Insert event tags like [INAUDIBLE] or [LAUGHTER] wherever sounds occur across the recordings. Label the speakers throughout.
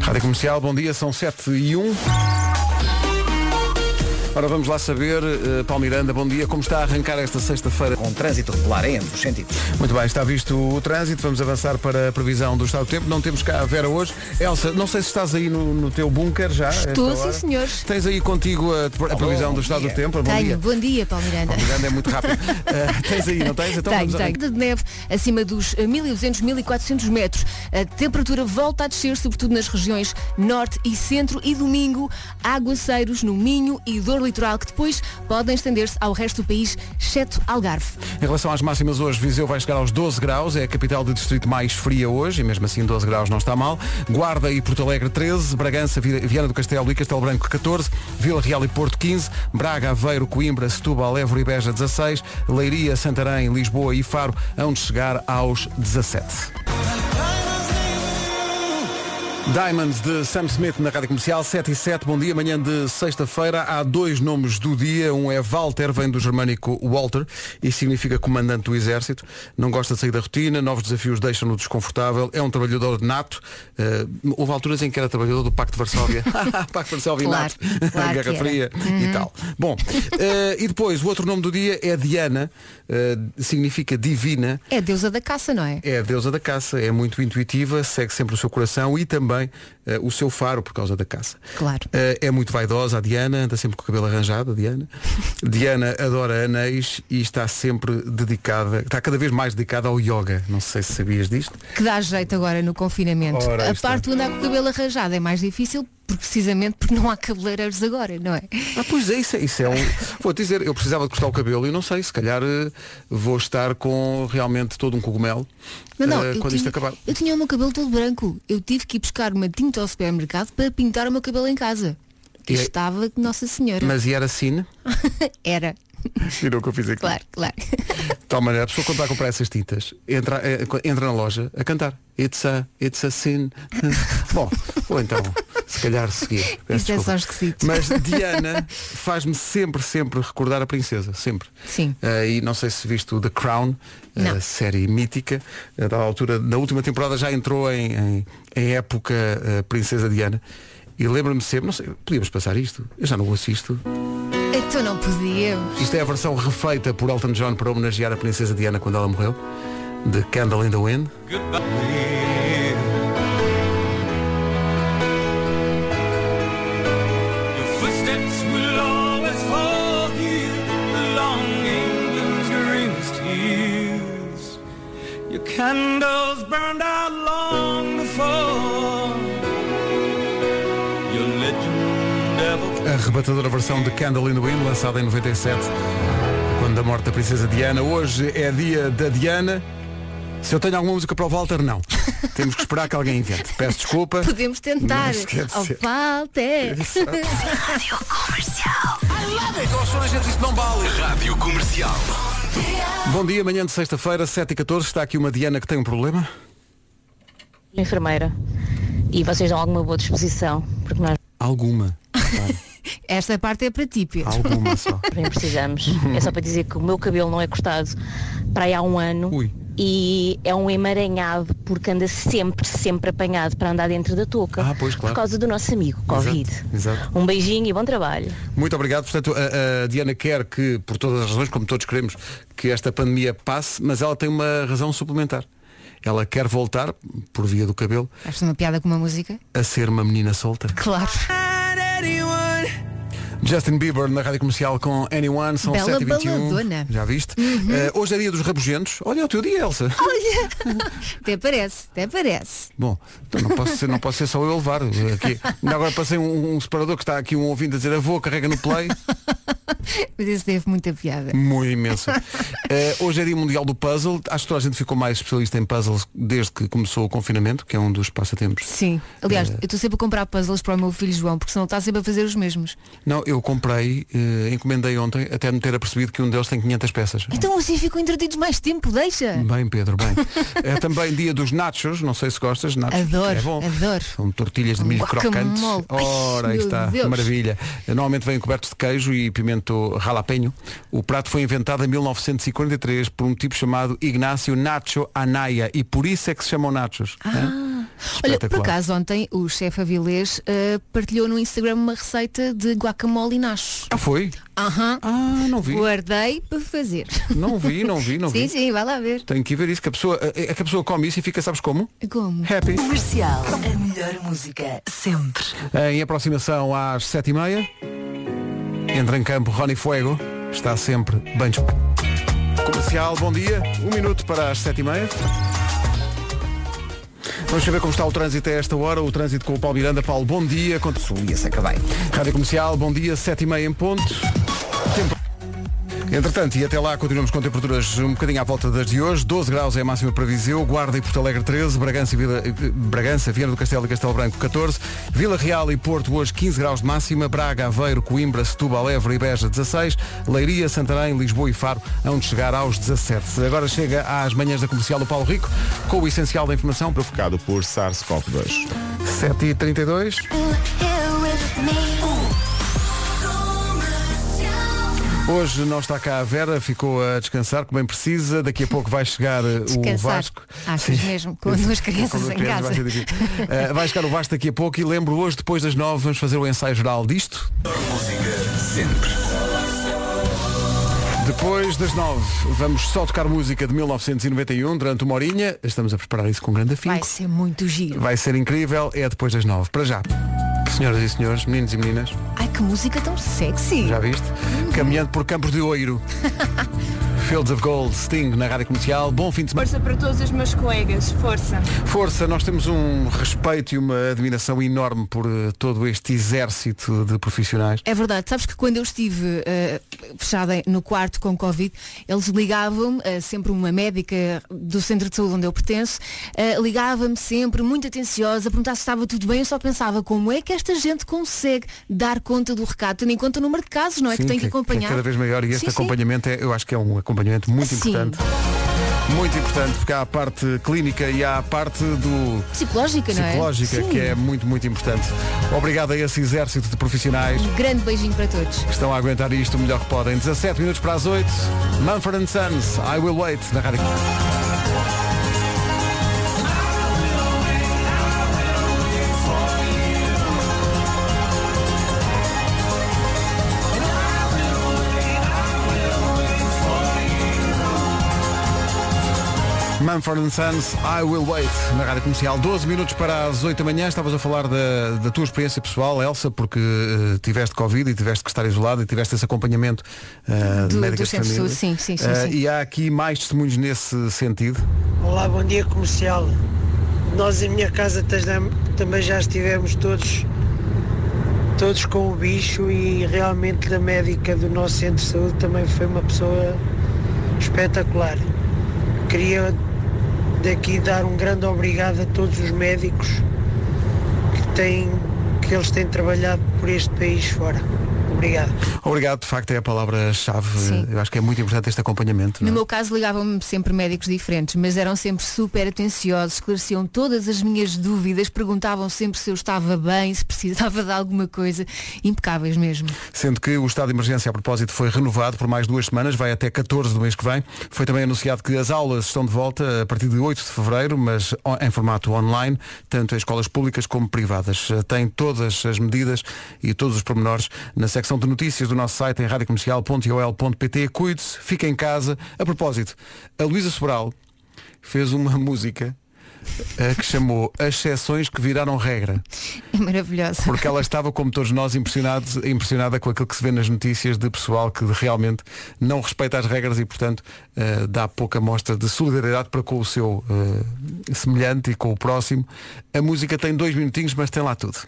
Speaker 1: Rádio Comercial, bom dia, são 7 e 1. Ora, vamos lá saber, eh, Paulo Miranda, bom dia, como está a arrancar esta sexta-feira?
Speaker 2: com trânsito regular em ambos os sentidos.
Speaker 1: Muito bem, está visto o trânsito, vamos avançar para a previsão do estado do tempo. Não temos cá a Vera hoje. Elsa, não sei se estás aí no, no teu bunker já. a esta
Speaker 3: Estou,
Speaker 1: hora.
Speaker 3: sim, senhores.
Speaker 1: Tens aí contigo a, a previsão
Speaker 2: bom
Speaker 1: do estado do
Speaker 2: dia.
Speaker 1: tempo? Bom
Speaker 3: Tenho.
Speaker 1: dia.
Speaker 3: Bom dia, Paulo Miranda.
Speaker 1: Paulo Miranda é muito
Speaker 3: [LAUGHS]
Speaker 1: rápido. Eh, tens aí, não tens? Então
Speaker 3: tenho,
Speaker 1: vamos a-
Speaker 3: tenho. De neve acima dos eh, 1.200, 1.400 metros. A temperatura volta a descer, sobretudo nas regiões norte e centro. E domingo, aguaceiros no Minho e Dor Litoral, que depois podem estender-se ao resto do país, exceto Algarve.
Speaker 1: Em relação às máximas hoje, Viseu vai chegar aos 12 graus, é a capital do distrito mais fria hoje, e mesmo assim 12 graus não está mal. Guarda e Porto Alegre 13, Bragança, Vi- Viana do Castelo e Castelo Branco 14, Vila Real e Porto 15, Braga, Aveiro, Coimbra, Setúbal, Évora e Beja 16, Leiria, Santarém, Lisboa e Faro, onde chegar aos 17. Diamonds de Sam Smith na Rádio Comercial 7 e 7, bom dia, manhã de sexta-feira há dois nomes do dia, um é Walter vem do germânico Walter e significa comandante do exército não gosta de sair da rotina, novos desafios deixam-no desconfortável, é um trabalhador nato Eh, houve alturas em que era trabalhador do Pacto de
Speaker 3: [LAUGHS]
Speaker 1: Varsóvia, [LAUGHS] Pacto de Varsóvia
Speaker 3: Claro,
Speaker 1: nato
Speaker 3: claro que
Speaker 1: Guerra
Speaker 3: era. Uhum.
Speaker 1: Fria e tal bom, eh, e depois o outro nome do dia é Diana Eh, significa divina
Speaker 3: É a deusa da caça, não é?
Speaker 1: é a deusa da caça, é muito intuitiva, segue sempre o seu coração e também eh, o seu faro por causa da caça.
Speaker 3: Claro.
Speaker 1: Eh, é muito vaidosa, a Diana, anda sempre com o cabelo arranjado, a
Speaker 3: [LAUGHS]
Speaker 1: Diana. Diana adora anéis e está sempre dedicada, está cada vez mais dedicada ao yoga. Não sei se sabias disto.
Speaker 3: Que dá jeito agora no confinamento.
Speaker 1: Ora, aí
Speaker 3: a
Speaker 1: está.
Speaker 3: parte do andar com o cabelo arranjado é mais difícil, porque- precisamente porque não há cabeleireiros agora, não é?
Speaker 1: Ah, pois é, isso é, isso é um. Vou dizer, eu precisava de cortar o cabelo e não sei, se calhar eh, vou estar com realmente todo um cogumelo
Speaker 3: Não, não,
Speaker 1: eh,
Speaker 3: eu,
Speaker 1: quando
Speaker 3: tinha,
Speaker 1: isto acabar.
Speaker 3: eu tinha o meu cabelo todo branco. Eu tive que ir buscar uma tinta ao supermercado para pintar o meu cabelo em casa. Que
Speaker 1: E- é-
Speaker 3: estava que Nossa Senhora.
Speaker 1: Mas e era assim?
Speaker 3: [LAUGHS] Era,
Speaker 1: Virou o que eu fiz aqui.
Speaker 3: claro, claro.
Speaker 1: De tal maneira, a pessoa quando vai comprar essas tintas entra, eh, entra na loja a cantar It's a, it's a sin [LAUGHS] Bom, ou então, se calhar seguir Peço
Speaker 3: Isso é
Speaker 1: desculpa.
Speaker 3: só esquisito. [LAUGHS]
Speaker 1: Mas Diana faz-me sempre, sempre recordar a princesa Sempre
Speaker 3: Sim.
Speaker 1: Eh, E não sei se viste o The Crown eh,
Speaker 3: Não.
Speaker 1: Série mítica Eh, Da altura, na última temporada já entrou em, em, em época eh, Princesa Diana E lembro-me sempre, não sei, podíamos passar isto Eu já não o assisto
Speaker 3: Então não podíamos.
Speaker 1: isto é a versão refeita por Elton John para homenagear a princesa Diana quando ela morreu, de Candle in the Wind.
Speaker 4: Candles burned out long before your legend ever
Speaker 1: A arrebatadora versão de Candle in the Wind, lançada em 97, quando da morte da princesa Diana. Hoje é dia da Diana. Se eu tenho alguma música para o Walter, não. Temos que esperar que alguém invente. Peço desculpa.
Speaker 3: Podemos tentar.
Speaker 1: Mas quer
Speaker 3: Ao é.
Speaker 1: dizer-
Speaker 3: Walter.
Speaker 5: Rádio Comercial.
Speaker 1: Bom dia, manhã de sexta-feira, 7h14. Está aqui uma Diana que tem um problema.
Speaker 6: enfermeira e vocês dão alguma boa disposição, porque nós
Speaker 1: Alguma.
Speaker 3: Esta parte é para ti, Pedro.
Speaker 1: Alguma só.
Speaker 6: nem precisamos. É só para dizer que o meu cabelo não é cortado para aí há um ano
Speaker 1: Ui.
Speaker 6: e é um emaranhado porque anda sempre, sempre apanhado para andar dentro da touca
Speaker 1: Ah, pois, claro.
Speaker 6: por causa do nosso amigo Covid.
Speaker 1: exato.
Speaker 6: Um beijinho e bom trabalho.
Speaker 1: Muito obrigado. Portanto, a, a Diana quer que, por todas as razões, como todos queremos, que esta pandemia passe, mas ela tem uma razão suplementar. Ela quer voltar, por via do cabelo,
Speaker 3: Acho uma piada com uma música?
Speaker 1: a ser uma menina solta.
Speaker 3: Claro.
Speaker 1: Justin Bieber na rádio comercial com Anyone, são
Speaker 3: Bela
Speaker 1: 7h21.
Speaker 3: baladona. Uhum.
Speaker 1: Já viste? Eh, hoje é dia dos rabugentos. Olha, é o teu dia,
Speaker 3: [LAUGHS]
Speaker 1: Elsa.
Speaker 3: Olha! até parece, até parece. [LAUGHS]
Speaker 1: Bom, então não posso ser, não posso ser só eu a levar. eh, Aqui. Ainda agora passei um, um separador que está aqui um ouvindo a dizer avô, carrega no play.
Speaker 3: Mas isso teve muita piada.
Speaker 1: Muito imenso. Eh, hoje é dia mundial do puzzle. Acho que toda a gente ficou mais especialista em puzzles desde que começou o confinamento, que é um dos passatempos.
Speaker 3: Sim. Aliás,
Speaker 1: É.
Speaker 3: eu estou sempre a comprar puzzles para o meu filho João, porque senão está sempre a fazer os mesmos.
Speaker 1: Não, eu comprei, eh, encomendei ontem, até me ter apercebido que um deles tem 500 peças.
Speaker 3: Então assim ficam entretidos mais tempo, deixa.
Speaker 1: Bem, Pedro, bem. É também dia dos nachos, não sei se gostas, nachos.
Speaker 3: Adoro,
Speaker 1: é bom.
Speaker 3: adoro.
Speaker 1: São tortilhas de milho
Speaker 3: Guacamole.
Speaker 1: crocantes.
Speaker 3: Ai,
Speaker 1: Ora, aí
Speaker 3: meu
Speaker 1: está,
Speaker 3: Deus.
Speaker 1: maravilha. Normalmente vêm cobertos de queijo e pimento ralapenho. O prato foi inventado em 1943 por um tipo chamado Ignacio Nacho Anaya e por isso é que se chamam nachos. hã?
Speaker 3: Ah, Olha, por
Speaker 1: Espetacular.
Speaker 3: acaso ontem o chefe Avilés eh, partilhou no Instagram uma receita de guacamole e nachos.
Speaker 1: Ah, foi?
Speaker 3: Aham.
Speaker 1: Ah, não vi.
Speaker 3: Guardei para fazer.
Speaker 1: Não vi, não vi, não
Speaker 3: [LAUGHS] sim,
Speaker 1: vi.
Speaker 3: sim, vai lá ver.
Speaker 1: Tenho que ir ver isso, que a pessoa, é é que a pessoa come isso e fica, sabes como?
Speaker 3: Como?
Speaker 1: Happy.
Speaker 5: Comercial. A melhor música sempre.
Speaker 1: Em aproximação às sete e meia, entra em campo Rony Fuego, está sempre bem disposto. Comercial, bom dia, um minuto para as sete e meia. Vamos saber como está o trânsito a esta hora, o trânsito com o Paulo Miranda. Paulo, bom dia. Conta-
Speaker 2: Sul e a Sacavém.
Speaker 1: Rádio Comercial, bom dia, sete e meia em ponto. Tempo- Entretanto, e até lá continuamos com temperaturas um bocadinho à volta das de hoje. 12 graus é a máxima para Viseu, Guarda e Porto Alegre 13, Bragança, e Vila, eh, Bragança, Viana do Castelo e Castelo Branco 14, Vila Real e Porto hoje 15 graus de máxima, Braga, Aveiro, Coimbra, Setúbal, Évora e Beja 16, Leiria, Santarém, Lisboa e Faro onde chegar aos 17. Agora chega às manhãs da comercial do Paulo Rico com o essencial da informação para
Speaker 7: Provocado por SARS-CoV-2.
Speaker 1: 7h32. Hoje não está cá a Vera, ficou a descansar, que bem precisa. Daqui a pouco vai chegar eh, o
Speaker 3: Descansar.
Speaker 1: Vasco.
Speaker 3: Achas mesmo? Com duas
Speaker 1: [LAUGHS]
Speaker 3: crianças
Speaker 1: Com duas
Speaker 3: em
Speaker 1: crianças
Speaker 3: casa.
Speaker 1: vai ser difícil. Eh, vai chegar o Vasco daqui a pouco e lembro hoje, depois das nove, vamos fazer o ensaio geral disto. Depois das nove, vamos só tocar música de 1991 durante uma horinha. Estamos a preparar isso com grande afinco.
Speaker 3: Vai ser muito giro.
Speaker 1: Vai ser incrível, é depois das nove. Para já. Senhoras e senhores, meninos e meninas,
Speaker 3: Ai, que música tão sexy.
Speaker 1: já viste? Caminhando por campos de oiro.
Speaker 3: [LAUGHS]
Speaker 1: Fields of Gold, Sting, na rádio comercial. Bom fim de semana.
Speaker 8: Força para todos os meus colegas, força.
Speaker 1: Força, nós temos um respeito e uma admiração enorme por eh, todo este exército de profissionais.
Speaker 3: É verdade, sabes que quando eu estive eh, fechada no quarto com Covid, eles ligavam-me, eh, sempre uma médica do centro de saúde onde eu pertenço, eh, ligava-me sempre, muito atenciosa, a perguntar se estava tudo bem, eu só pensava como é que esta gente consegue dar conta do recado, tendo em conta o número de casos, não é? que tem que, acompanhar.
Speaker 1: É cada vez maior e este
Speaker 3: Sim, sim.
Speaker 1: acompanhamento é, eu acho que é um acompanhamento muito
Speaker 3: Sim.
Speaker 1: importante. Muito importante, porque há a parte clínica e há a parte do
Speaker 3: Psicológica, não é?
Speaker 1: psicológica,
Speaker 3: Sim.
Speaker 1: que é muito, muito importante. Obrigado a esse exército de profissionais.
Speaker 3: Um grande beijinho para todos.
Speaker 1: que Estão a aguentar isto o melhor que podem. 17 minutos para as 8. Manfred and Sons, I Will Wait, na rádio. Manfred and Sons, I Will Wait, na Rádio Comercial. 12 minutos para as 8 da manhã. Estavas a falar da, da tua experiência pessoal, Elsa, porque eh, tiveste Covid e tiveste que estar isolado e tiveste esse acompanhamento eh, de
Speaker 3: Do-
Speaker 1: médica
Speaker 3: dos
Speaker 1: de
Speaker 3: centros de
Speaker 1: família.
Speaker 3: saúde, sim, sim, sim,
Speaker 1: Eh,
Speaker 3: sim.
Speaker 1: E há aqui mais testemunhos nesse sentido.
Speaker 9: Olá, bom dia comercial. Nós em minha casa tasdam- também já estivemos todos todos com o bicho e realmente a médica do nosso centro de saúde também foi uma pessoa espetacular. Queria daqui dar um grande obrigado a todos os médicos que têm que eles têm trabalhado por este país fora. Obrigado.
Speaker 1: Obrigado, de facto, é a palavra-chave.
Speaker 3: Sim.
Speaker 1: Eu acho que é muito importante este acompanhamento.
Speaker 3: No
Speaker 1: não é?
Speaker 3: meu caso ligavam-me sempre médicos diferentes, mas eram sempre super atenciosos, esclareciam todas as minhas dúvidas, perguntavam sempre se eu estava bem, se precisava de alguma coisa, impecáveis mesmo.
Speaker 1: Sendo que o estado de emergência, a propósito, foi renovado por mais duas semanas, vai até 14 do mês que vem. Foi também anunciado que as aulas estão de volta a partir de 8 de fevereiro, mas o- em formato online, tanto em escolas públicas como privadas. Eh, Tem todas as medidas e todos os pormenores na secção de notícias do nosso site em radiocomercial.ol.pt. Cuide-se, fique em casa. A propósito, a Luísa Sobral fez uma [LAUGHS] música eh, que chamou As Exceções que Viraram Regra
Speaker 3: É maravilhosa.
Speaker 1: porque ela estava, como todos nós, impressionados, impressionada com aquilo que se vê nas notícias de pessoal que realmente não respeita as regras e, portanto, eh, dá pouca mostra de solidariedade para com o seu eh, semelhante e com o próximo. A música tem dois minutinhos, mas tem lá tudo.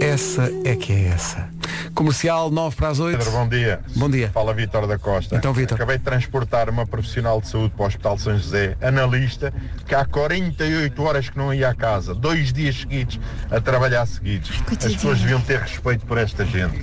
Speaker 1: Essa é que é essa. Comercial 9 para as 8.
Speaker 10: Pedro, bom dia.
Speaker 1: Bom dia.
Speaker 10: Fala Vítor da Costa.
Speaker 1: Então, Vítor.
Speaker 10: Acabei de transportar uma profissional de saúde para o Hospital São José, analista, que há 48 horas que não ia à casa, dois dias seguidos a trabalhar seguidos. As
Speaker 3: coitadinha.
Speaker 10: pessoas deviam ter respeito por esta gente.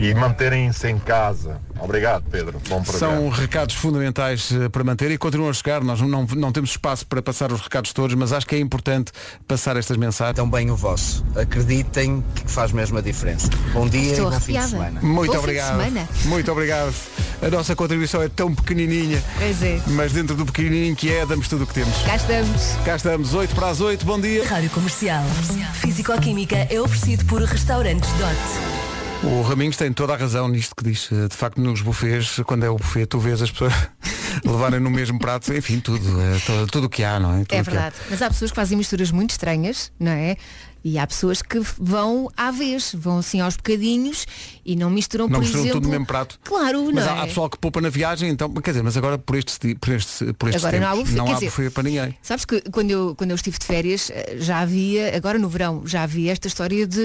Speaker 10: e manterem-se em casa. Obrigado, Pedro. Bom programa.
Speaker 1: São recados fundamentais eh, para manter e continuam a chegar. Nós não, não temos espaço para passar os recados todos, mas acho que é importante passar estas mensagens.
Speaker 2: Então bem o vosso. Acreditem que faz mesmo a diferença. Bom dia
Speaker 3: Estou
Speaker 2: e bom fim de
Speaker 3: arrepiada.
Speaker 2: semana.
Speaker 1: Muito
Speaker 3: Bom fim de
Speaker 1: obrigado.
Speaker 3: semana.
Speaker 1: Muito obrigado. A nossa contribuição é tão pequenininha,
Speaker 3: Pois é.
Speaker 1: mas dentro do pequenininho que é, damos tudo o que temos.
Speaker 3: Cá estamos.
Speaker 1: Cá estamos, 8 para as 8, bom dia.
Speaker 5: Rádio Comercial. Físico-Química é oferecido por Restaurantes Dot.
Speaker 1: O Raminhos tem toda a razão nisto que diz. eh, De facto, nos bufês, quando é o buffet, tu vês as pessoas [LAUGHS] levarem no mesmo prato, enfim, tudo. é, to- tudo o que há, não é? Tudo
Speaker 3: É
Speaker 1: o que há.
Speaker 3: verdade. Mas há pessoas que fazem misturas muito estranhas, não é? E há pessoas que vão à vez, vão assim aos bocadinhos e não misturam,
Speaker 1: Não
Speaker 3: por
Speaker 1: misturam
Speaker 3: exemplo...
Speaker 1: tudo no mesmo prato.
Speaker 3: Claro, não
Speaker 1: Mas
Speaker 3: é?
Speaker 1: há, há pessoal que poupa na viagem, então, quer dizer, mas agora por estes, ti- por estes, por estes
Speaker 3: Agora não há
Speaker 1: tempos,
Speaker 3: buffet,
Speaker 1: não
Speaker 3: quer
Speaker 1: há
Speaker 3: dizer-
Speaker 1: buffet para ninguém.
Speaker 3: Sabes que quando eu, quando eu estive de férias, eh, já havia, agora no verão, já havia esta história de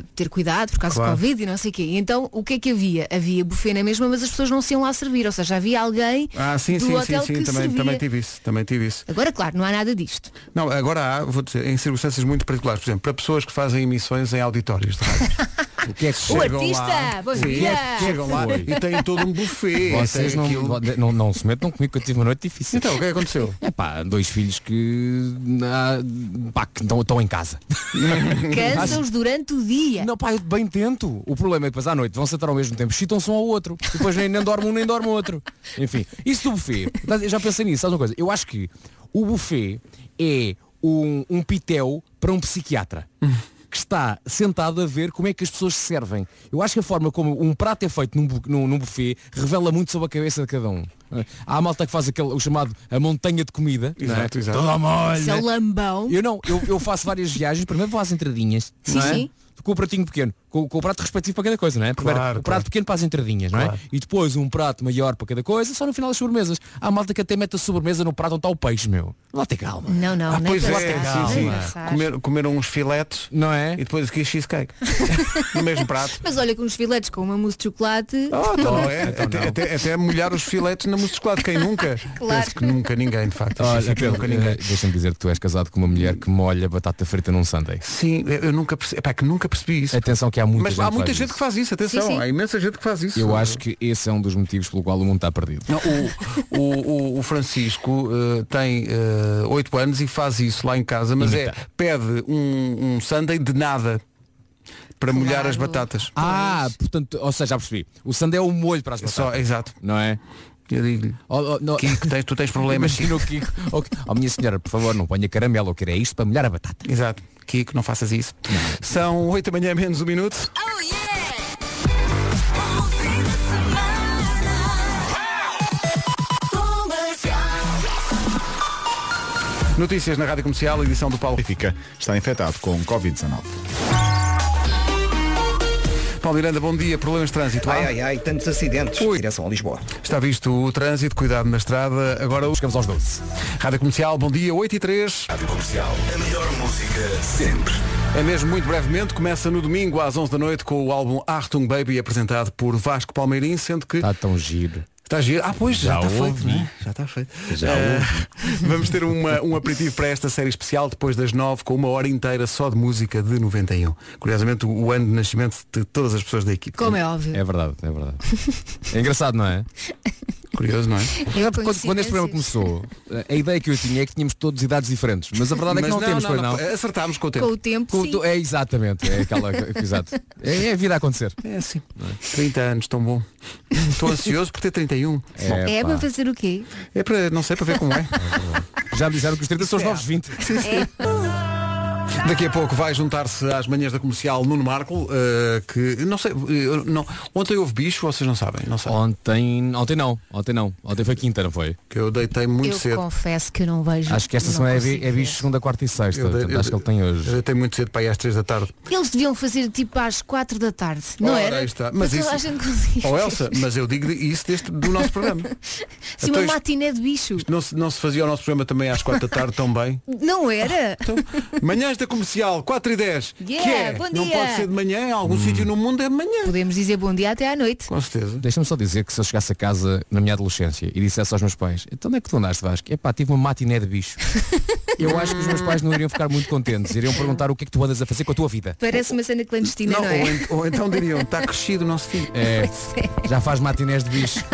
Speaker 3: eh, ter cuidado por causa
Speaker 1: Claro.
Speaker 3: do Covid e não sei o quê. E então, o que é que havia? Havia buffet na mesma, mas as pessoas não se iam lá servir. Ou seja, havia alguém
Speaker 1: Ah, sim,
Speaker 3: do
Speaker 1: sim, sim,
Speaker 3: hotel
Speaker 1: sim,
Speaker 3: que
Speaker 1: também,
Speaker 3: servia.
Speaker 1: também tive isso, também tive isso.
Speaker 3: Agora, claro, não há nada disto.
Speaker 1: [LAUGHS] Não, agora há, vou dizer, em circunstâncias muito particulares, por exemplo, para pessoas que fazem emissões em auditórios de rádios.
Speaker 3: [LAUGHS]
Speaker 2: O que é que
Speaker 3: O artista, bom
Speaker 1: Sim,
Speaker 3: dia!
Speaker 7: é
Speaker 1: chegam lá
Speaker 7: Oi.
Speaker 1: e têm todo um buffet.
Speaker 7: Vocês
Speaker 1: têm
Speaker 7: não,
Speaker 1: aquilo.
Speaker 7: não, não se metam comigo que eu tive uma noite difícil.
Speaker 1: Então, o que é que aconteceu?
Speaker 7: É pá, dois filhos que, ah, pá, que estão, estão em casa.
Speaker 3: Cansam-os durante o dia.
Speaker 7: Não, pá, eu bem tento. O problema é que depois à noite vão sentar ao mesmo tempo, chitam-se um ao outro. E depois nem, nem dorme um, nem dorme o outro. Enfim, isso do buffet. Estás- eu Já pensei nisso, sabes uma coisa? Eu acho que o buffet é um, um pitel para um psiquiatra. Que está sentado a ver como é que as pessoas se servem. Eu acho que a forma como um prato é feito num, bu- num- num buffet revela muito sobre a cabeça de cada um. Há a malta que faz aquele, o chamado a montanha de comida. não é?
Speaker 1: Exato, exato.
Speaker 7: Toda mole.
Speaker 1: é?
Speaker 3: São é lambão.
Speaker 7: Eu não, eu, eu faço várias viagens, primeiro vou às entradinhas.
Speaker 3: Sim,
Speaker 7: não é?
Speaker 3: sim.
Speaker 7: Com o pratinho pequeno, com, com o prato respectivo para cada coisa, não é? Primeiro,
Speaker 1: Claro,
Speaker 7: o prato
Speaker 1: claro.
Speaker 7: pequeno para as entradinhas, não é? E depois um prato maior para cada coisa, só no final as sobremesas. Há malta que até mete a sobremesa no prato onde está o peixe, meu. Lá tem calma.
Speaker 3: Não, não,
Speaker 1: Ah,
Speaker 3: nem
Speaker 1: pois é,
Speaker 3: passar,
Speaker 7: calma.
Speaker 1: sim,
Speaker 3: nem
Speaker 1: sim.
Speaker 3: passar.
Speaker 1: Comer, comeram uns filetes
Speaker 7: Não é?
Speaker 1: e depois aqui cheesecake. [LAUGHS] no mesmo prato.
Speaker 3: Mas olha, com os filetes, com uma mousse de chocolate,
Speaker 1: Oh, então não é.
Speaker 7: Então
Speaker 1: até,
Speaker 7: não.
Speaker 1: Até, até molhar os filetes na mousse de chocolate. Quem nunca?
Speaker 3: [LAUGHS] Claro.
Speaker 1: Penso que nunca ninguém, de facto. Sim, sim,
Speaker 7: Olha,
Speaker 1: que
Speaker 7: Pedro,
Speaker 1: nunca ninguém.
Speaker 7: eh, deixa-me dizer que tu és casado com uma mulher que molha batata frita num sundae.
Speaker 1: Sim, eu eu nunca percebi, epá, que nunca percebi isso.
Speaker 7: Atenção que há muita
Speaker 1: Mas
Speaker 7: gente
Speaker 1: há
Speaker 7: que
Speaker 1: muita
Speaker 7: faz
Speaker 1: gente
Speaker 7: isso.
Speaker 1: que faz isso, atenção,
Speaker 3: Sim, sim.
Speaker 1: há imensa gente que faz isso.
Speaker 7: Eu acho que esse é um dos motivos pelo qual o mundo está perdido.
Speaker 1: Não, o, o- o- o Francisco eh, tem eh, oito anos e faz isso lá em casa, mas
Speaker 7: Imita.
Speaker 1: é pede um, um sundae de nada para molhar as batatas.
Speaker 7: Ah, portanto, ou seja, já percebi. O sundae é o molho para as batatas.
Speaker 1: Só, exato.
Speaker 7: Não é?
Speaker 1: Eu digo-lhe.
Speaker 7: Oh, oh, não-
Speaker 1: Kiko, tens- tu tens problemas.
Speaker 7: Imagina o Kiko. Oh, Kiko. Oh, minha senhora, por favor, não ponha caramelo, eu quero é isto para molhar a batata.
Speaker 1: Exato. Kiko, não faças isso. São oito da manhã menos um minuto. Notícias na Rádio Comercial, edição do Paulo.
Speaker 7: Fica.
Speaker 2: Está infectado com Covid-19.
Speaker 1: Paulo Miranda, bom dia. Problemas de trânsito. há?
Speaker 2: Ai, ai, ai, tantos acidentes. Direção a Lisboa.
Speaker 1: Está visto o trânsito, cuidado na estrada. Agora o
Speaker 7: Chegamos aos 12.
Speaker 1: Rádio Comercial, bom dia, 8 e 3. Rádio Comercial, a melhor música sempre. É mesmo muito brevemente, começa no domingo às 11 da noite com o álbum Artung Baby apresentado por Vasco Palmeirim, sendo que
Speaker 7: Está Tá tão giro.
Speaker 1: Está giro. Ah, pois, já,
Speaker 7: Já né?
Speaker 1: está
Speaker 7: ouvi.
Speaker 1: feito, não é? Já está feito. Eh, [LAUGHS] vamos ter uma- um aperitivo para esta série especial depois das nove, com uma hora inteira só de música de 91. Curiosamente, o- o ano de nascimento de todas as pessoas da equipe.
Speaker 3: como é óbvio.
Speaker 7: É verdade, é [LAUGHS] verdade. É engraçado, não é?
Speaker 1: Curioso, não é?
Speaker 3: É
Speaker 7: Quando, quando este programa
Speaker 3: coincidências.
Speaker 7: começou, a ideia que eu tinha é que tínhamos todos idades diferentes. Mas a verdade é que não, temos, pois não.
Speaker 1: Acertámos com o tempo.
Speaker 3: Com o tempo,
Speaker 7: Com-
Speaker 3: sim.
Speaker 7: tu- É exatamente, é aquela [LAUGHS] co- exato. É, é a vida a acontecer.
Speaker 1: É assim. 30 anos, tão bom. Estou ansioso por ter 31. Bom,
Speaker 7: É,
Speaker 3: É
Speaker 7: pá.
Speaker 3: para fazer o quê?
Speaker 1: é para, não sei, para ver como é.
Speaker 7: Já me disseram que os 30 são os novos 20.
Speaker 1: Daqui a pouco vai juntar-se às manhãs da comercial Nuno Marco, eh, que não sei, eh, não, ontem houve bicho, vocês não sabem, não sabem.
Speaker 7: Ontem, ontem não, ontem não. Ontem foi quinta, não foi?
Speaker 1: Que eu deitei muito
Speaker 3: eu
Speaker 1: cedo.
Speaker 3: confesso que não vejo.
Speaker 7: Acho que esta
Speaker 3: não
Speaker 7: semana é, bi-
Speaker 3: consigo
Speaker 7: é
Speaker 3: ver.
Speaker 7: bicho segunda, quarta e sexta.
Speaker 1: Eu dei- eu
Speaker 7: acho que ele tem hoje.
Speaker 1: Eu deitei muito cedo para ir às 3 da
Speaker 3: [LAUGHS]
Speaker 1: tarde.
Speaker 3: Eles deviam fazer tipo às 4 da tarde, não
Speaker 1: Ora,
Speaker 3: era?
Speaker 1: aí está. Mas
Speaker 3: Mas toda
Speaker 1: isso-
Speaker 3: a gente conseguia.
Speaker 1: Ou Oh, é- Elsa, mas eu digo isso deste, do nosso programa.
Speaker 3: Se
Speaker 1: então
Speaker 3: uma
Speaker 1: isto-
Speaker 3: matiné de bicho.
Speaker 1: Não se, não se fazia o nosso programa também às 4 da tarde tão bem.
Speaker 3: Não era?
Speaker 1: Então, manhãs da comercial, 4 e 10.
Speaker 3: Yeah,
Speaker 1: que é?
Speaker 3: bom
Speaker 1: Não
Speaker 3: dia.
Speaker 1: pode ser de manhã, em
Speaker 7: Hum.
Speaker 1: algum sítio no mundo é de manhã.
Speaker 3: Podemos dizer bom dia até à noite.
Speaker 1: Com certeza.
Speaker 7: Deixa-me só dizer que se eu chegasse a casa na minha adolescência e dissesse aos meus pais, então onde é que tu andaste Vasco? Epá, tive uma matiné de bicho. Eu acho que os meus pais não iriam ficar muito contentes. Iriam perguntar o que é que tu andas a fazer com a tua vida.
Speaker 3: Parece uma cena clandestina, não,
Speaker 1: ou,
Speaker 3: é?
Speaker 1: en- ou então diriam, está crescido o nosso filho.
Speaker 7: É, já faz matinés de bicho.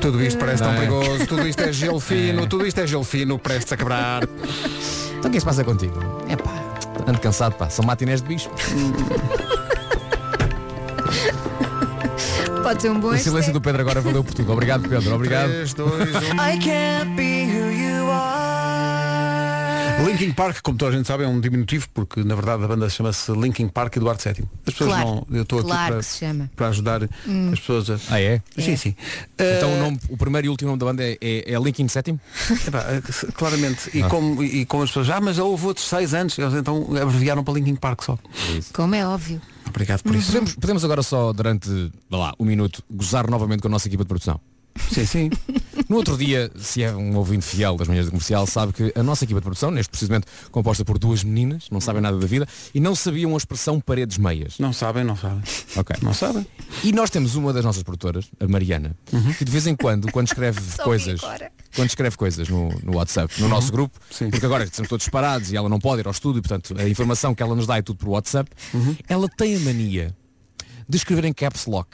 Speaker 1: Tudo isto parece tão
Speaker 7: Não é?
Speaker 1: perigoso, tudo isto é gelo fino, tudo isto é gelo fino, prestes a quebrar.
Speaker 7: Então o que é que se passa contigo? É pá, ando cansado, pá. São matinés de bicho.
Speaker 3: Pode ser um bom
Speaker 7: O silêncio do Pedro agora valeu por tudo. Obrigado, Pedro. Obrigado.
Speaker 1: 3, 2, 1.
Speaker 11: I can't be who you are.
Speaker 1: Linkin Park, como toda a gente sabe, é um diminutivo porque na verdade a banda chama-se Linkin Park Eduardo VII. As pessoas
Speaker 3: Claro.
Speaker 1: não. Eu estou aqui
Speaker 3: Claro
Speaker 1: para,
Speaker 3: que se chama.
Speaker 1: para ajudar as pessoas a.
Speaker 7: Ah, é?
Speaker 1: Sim, sim. Eh, Ah,
Speaker 7: Então o, nome- o primeiro e último nome da banda é, é, é Linkin Sétimo?
Speaker 1: Epá, eh, claramente. E, como, e como as pessoas, ah, mas houve outros seis anos, eles então abreviaram para Linkin Park só.
Speaker 3: Como é óbvio.
Speaker 1: Obrigado
Speaker 7: Hum.
Speaker 1: por isso.
Speaker 7: Podemos, podemos agora só, durante, vá lá, um minuto, gozar novamente com a nossa equipa de produção.
Speaker 1: Sim, sim.
Speaker 7: No outro dia, se é um ouvinte fiel das manhãs do comercial, sabe que a nossa equipa de produção, neste precisamente composta por duas meninas, não sabem nada da vida, e não sabiam a expressão paredes meias.
Speaker 1: Não sabem, não sabem.
Speaker 7: Ok.
Speaker 1: Não sabem.
Speaker 7: E nós temos uma das nossas produtoras, a Mariana,
Speaker 1: Uhum.
Speaker 7: que de vez em quando, quando
Speaker 1: [LAUGHS]
Speaker 7: escreve
Speaker 3: Só vi
Speaker 7: coisas,
Speaker 3: agora.
Speaker 7: quando escreve coisas no, no WhatsApp, no nosso grupo,
Speaker 1: Uhum. Sim.
Speaker 7: porque agora estamos todos parados e ela não pode ir ao estúdio, portanto a informação que ela nos dá é tudo por WhatsApp,
Speaker 1: Uhum.
Speaker 7: ela tem a mania de escrever em caps lock.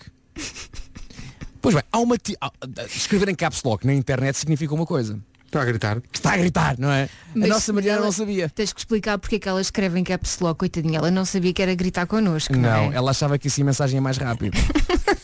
Speaker 7: Pois bem, há uma ti- há- escrever em caps lock na internet significa uma coisa.
Speaker 1: Está a gritar.
Speaker 7: Está a gritar, não é?
Speaker 3: Mas
Speaker 7: a nossa Mariana
Speaker 3: ela-
Speaker 7: não sabia.
Speaker 3: Tens que explicar porque é que ela escreve em caps lock, coitadinha. Ela não sabia que era gritar connosco. Não,
Speaker 7: Não,
Speaker 3: é?
Speaker 7: ela achava que isso ia mensagem é mais rápido.
Speaker 1: [LAUGHS]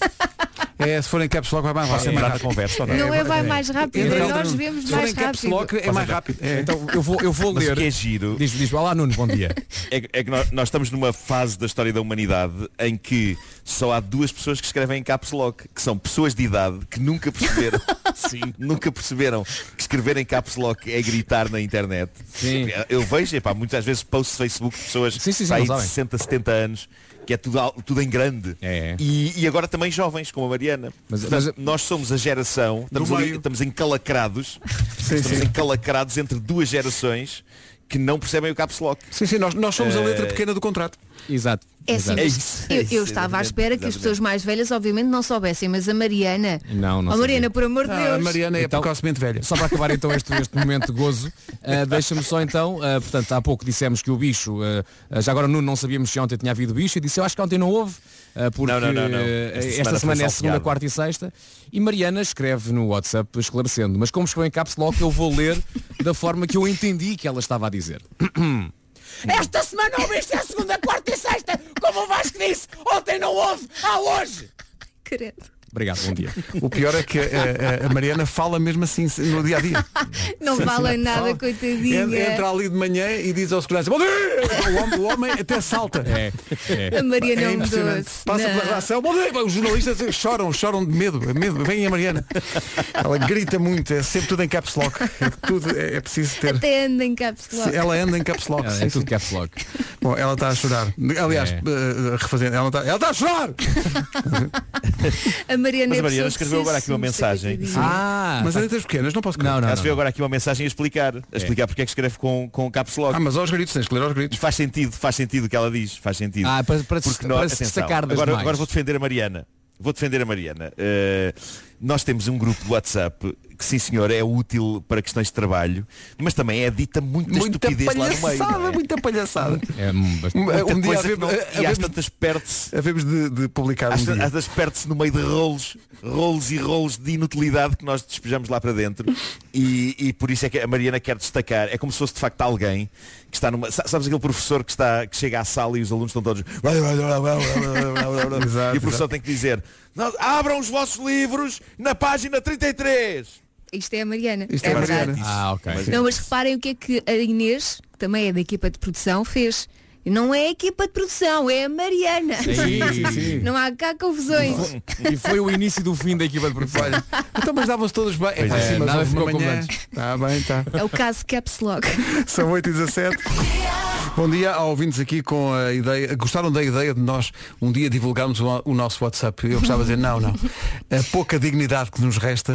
Speaker 1: É, se forem caps lock vai mais
Speaker 9: Posso
Speaker 1: rápido.
Speaker 9: entrar na conversa ou não?
Speaker 3: Não é, vai mais rápido.
Speaker 1: Então,
Speaker 3: nós vemos
Speaker 1: se
Speaker 3: mais
Speaker 1: forem caps
Speaker 3: rápido.
Speaker 1: lock é mais rápido. É.
Speaker 7: Então eu vou, eu vou
Speaker 9: Mas o
Speaker 7: ler.
Speaker 9: que é giro
Speaker 7: Diz, diz, olá Nuno, bom dia.
Speaker 9: é, que- é que nós, nós estamos numa fase da história da humanidade em que só há duas pessoas que escrevem em caps lock, que são pessoas de idade que
Speaker 7: [LAUGHS]
Speaker 9: nunca perceberam, sim, nunca perceberam que escrever em caps lock é gritar na internet.
Speaker 7: Sim.
Speaker 9: Eu vejo, epá, muitas vezes posts de Facebook de pessoas
Speaker 7: Sim, sim, sim,
Speaker 9: pá, aí
Speaker 7: não
Speaker 9: de
Speaker 7: sabem.
Speaker 9: 60, 70 anos, que é tudo, al- tudo em grande.
Speaker 7: É.
Speaker 9: E, e agora também jovens, como a Mariana.
Speaker 7: Mas-
Speaker 9: Portanto,
Speaker 7: mas-
Speaker 9: nós somos a geração, estamos, ali-
Speaker 1: meio.
Speaker 9: estamos encalacrados, estamos encalacrados entre duas gerações que não percebem o caps lock.
Speaker 1: Sim, sim, nós, nós somos a letra pequena do contrato.
Speaker 7: Exato.
Speaker 3: É
Speaker 7: exato.
Speaker 3: simples.
Speaker 9: É isso, é
Speaker 3: eu,
Speaker 9: isso,
Speaker 3: eu estava à
Speaker 9: exatamente,
Speaker 3: espera que as
Speaker 9: exatamente.
Speaker 3: pessoas mais velhas obviamente não soubessem, mas a Mariana.
Speaker 7: Não, não
Speaker 3: Oh, Mariana,
Speaker 7: sabia.
Speaker 3: por amor de Deus.
Speaker 1: a Mariana é
Speaker 7: Então-
Speaker 1: precocemente velha.
Speaker 7: Só para acabar então este, este momento de gozo, ah, deixa-me só então, ah, portanto, há pouco dissemos que o bicho, ah, ah, já agora Nuno não sabíamos se ontem tinha havido bicho, e disse eu acho que ontem não houve, ah, porque
Speaker 9: Não, não, não, não.
Speaker 7: ah,
Speaker 9: Esta
Speaker 7: esta, semana
Speaker 9: semana foi
Speaker 7: é segunda,
Speaker 9: salteada.
Speaker 7: quarta e sexta, e Mariana escreve no WhatsApp esclarecendo, mas como escreveu em caps lock eu vou ler da forma que eu entendi que ela estava a dizer. Esta semana o bicho é segunda, quarta e sexta, como o Vasco disse, ontem não houve, há hoje!
Speaker 3: Credo.
Speaker 7: Obrigado, bom dia.
Speaker 1: O pior é que a, a- a Mariana fala mesmo assim se- no dia a
Speaker 7: [LAUGHS]
Speaker 1: dia.
Speaker 3: Não vale nada,
Speaker 1: En-
Speaker 3: coitadinha.
Speaker 1: Entra ali de manhã e diz ao segurança, "Bom dia!" o homem, o homem até salta.
Speaker 7: É, é.
Speaker 3: A Mariana é um
Speaker 1: impressionante.
Speaker 3: doce.
Speaker 1: Passa
Speaker 3: Não.
Speaker 1: pela reação, "Bom dia!" os jornalistas choram, choram de medo, de medo. Vem a Mariana. Ela grita muito, é sempre tudo em caps lock. É tudo, é, é preciso ter.
Speaker 3: Até anda em caps lock.
Speaker 1: Se Ela anda em caps lock.
Speaker 7: É,
Speaker 1: sim,
Speaker 7: é tudo
Speaker 1: sim.
Speaker 7: caps lock.
Speaker 1: Bom, ela está a chorar. Aliás,
Speaker 7: É.
Speaker 1: eh, refazendo, ela está ela está a chorar!
Speaker 3: A Mariana,
Speaker 9: Mas
Speaker 3: é
Speaker 9: a Mariana
Speaker 3: pessoa que
Speaker 9: escreveu
Speaker 3: se
Speaker 9: agora aqui uma
Speaker 3: assusta,
Speaker 9: mensagem.
Speaker 3: coitadinha.
Speaker 7: Ah,
Speaker 1: Mas as letras pequenas, não posso
Speaker 7: Não, não,
Speaker 9: Ela
Speaker 7: não.
Speaker 9: se vê agora aqui uma mensagem a explicar, a explicar porque é que escreve com, com caps lock.
Speaker 1: Ah, mas aos gritos, tens que ler aos gritos.
Speaker 9: E faz sentido, faz sentido o que ela diz, faz sentido.
Speaker 7: Ah, para- para se-
Speaker 9: Porque
Speaker 7: para se
Speaker 9: atenção,
Speaker 7: destacar das
Speaker 9: agora,
Speaker 7: demais.
Speaker 9: agora vou defender a Mariana. Vou defender a Mariana.
Speaker 12: Eh,
Speaker 9: Uh, nós temos um grupo de WhatsApp que, sim senhor, é útil para questões de trabalho, mas também é dita muita, estupidez lá no meio. não é?
Speaker 1: muita palhaçada.
Speaker 7: É, hum, bastante.
Speaker 1: Um
Speaker 9: Muita
Speaker 1: dia
Speaker 9: coisa
Speaker 1: havemos-
Speaker 9: que não- e às
Speaker 1: havemos-
Speaker 9: tantas perde-se
Speaker 1: Havemos de, de publicar um
Speaker 9: Às
Speaker 1: dia.
Speaker 9: vezes perde-se no meio de rolos, rolos e rolos de inutilidade que nós despejamos lá para dentro. E, e por isso é que a Mariana quer destacar. É como se fosse de facto alguém que está numa. sa- Sabes aquele professor que, está, que chega à sala e os alunos estão todos. e o professor tem que dizer, "Nós- abram os vossos livros na página 33.
Speaker 3: Isto é a Mariana.
Speaker 1: Isto é a
Speaker 3: verdade.
Speaker 1: Mariana.
Speaker 7: Ah, ok.
Speaker 3: Não, mas reparem o que é que a Inês, que também é da equipa de produção, fez. Não é a equipa de produção, é a Mariana.
Speaker 7: Sim, sim.
Speaker 3: [LAUGHS] Não há cá confusões.
Speaker 7: E
Speaker 9: [LAUGHS]
Speaker 7: foi o início do fim da equipa de produção.
Speaker 1: Então, mas davam-se todos bem. É, pá,
Speaker 7: é,
Speaker 1: sim, mas
Speaker 7: nada
Speaker 1: houve uma
Speaker 7: ficou como
Speaker 1: manhã.
Speaker 7: antes.
Speaker 1: Está bem, tá. está.
Speaker 3: É o caso Caps Lock.
Speaker 1: São 8 e 17 Bom dia a ouvintes aqui com a ideia. Gostaram da ideia de nós um dia divulgarmos o, o nosso WhatsApp? Eu gostava de dizer, não, não. A pouca dignidade que nos resta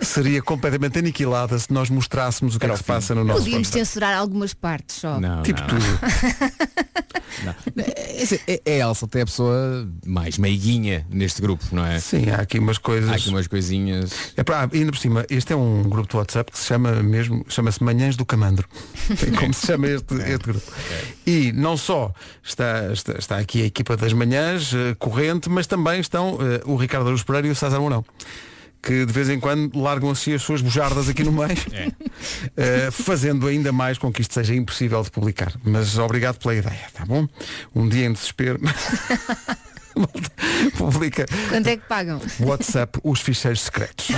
Speaker 1: seria completamente aniquilada se nós mostrássemos o que é que se passa no nosso Tipo
Speaker 3: Podíamos
Speaker 1: WhatsApp.
Speaker 7: Ah.
Speaker 3: censurar algumas partes só.
Speaker 7: Não,
Speaker 1: Tipo
Speaker 7: não.
Speaker 1: tudo.
Speaker 7: Tipo, É, é- é a Elsa até a pessoa mais meiguinha neste grupo, não é?
Speaker 1: Sim, há aqui umas coisas.
Speaker 7: Há aqui umas coisinhas.
Speaker 1: É para, ainda por cima, este é um grupo de WhatsApp que se chama mesmo, chama-se Manhãs do Camandro. É como se chama este, este grupo. E não só está, está, está aqui a equipa das manhãs, eh, corrente, mas também estão eh, o Ricardo Aruz Pereira e o César Mourão. Que de vez em quando largam-se as suas bujardas aqui no meio, [LAUGHS] eh, fazendo ainda mais com que isto seja impossível de publicar. Mas obrigado pela ideia, tá bom? Um dia em desespero. [LAUGHS] Malta, Publica
Speaker 3: Quanto é que pagam?
Speaker 1: WhatsApp os ficheiros secretos.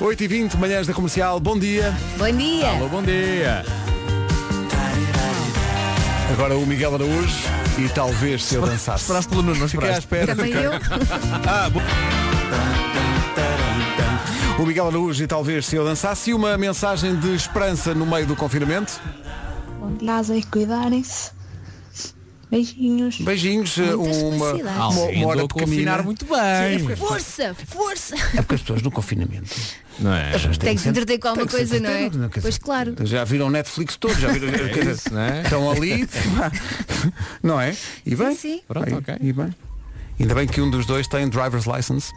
Speaker 1: 8h20, manhãs da comercial, bom dia.
Speaker 3: Bom dia.
Speaker 1: bom dia. Agora o Miguel Araújo e talvez se eu dançasse. Esperaste pelo Nuno, não Fiquei à espera.
Speaker 3: Também
Speaker 1: fiquei-
Speaker 3: eu.
Speaker 1: Ah, bom. O Miguel Araújo e talvez se eu dançasse e uma mensagem de esperança no meio do confinamento.
Speaker 13: Lasem, cuidarem-se. Beijinhos.
Speaker 1: Beijinhos,
Speaker 13: Muitas
Speaker 1: uma,
Speaker 7: Ah,
Speaker 13: felicidades.
Speaker 1: uma, uma hora
Speaker 7: Alguém
Speaker 1: pequenina.
Speaker 7: confinar muito bem.
Speaker 1: Sim, é porque-
Speaker 3: Força, força.
Speaker 9: Tá
Speaker 1: É porque as pessoas no confinamento.
Speaker 7: Não é?
Speaker 1: As pessoas têm
Speaker 3: Tem que
Speaker 1: que
Speaker 3: se
Speaker 1: ser-
Speaker 3: entreter com alguma
Speaker 1: tem que se
Speaker 3: coisa, não é?
Speaker 1: entreter, não é? Quer
Speaker 3: Pois claro.
Speaker 1: Já viram Netflix todos, já [LAUGHS] viram. quer dizer,
Speaker 7: isso, não é?
Speaker 1: Estão [LAUGHS] ali, não é? E bem?
Speaker 3: sim.
Speaker 7: Pronto,
Speaker 1: Aí,
Speaker 7: ok.
Speaker 1: E bem. Ainda bem que um dos dois tem driver's license.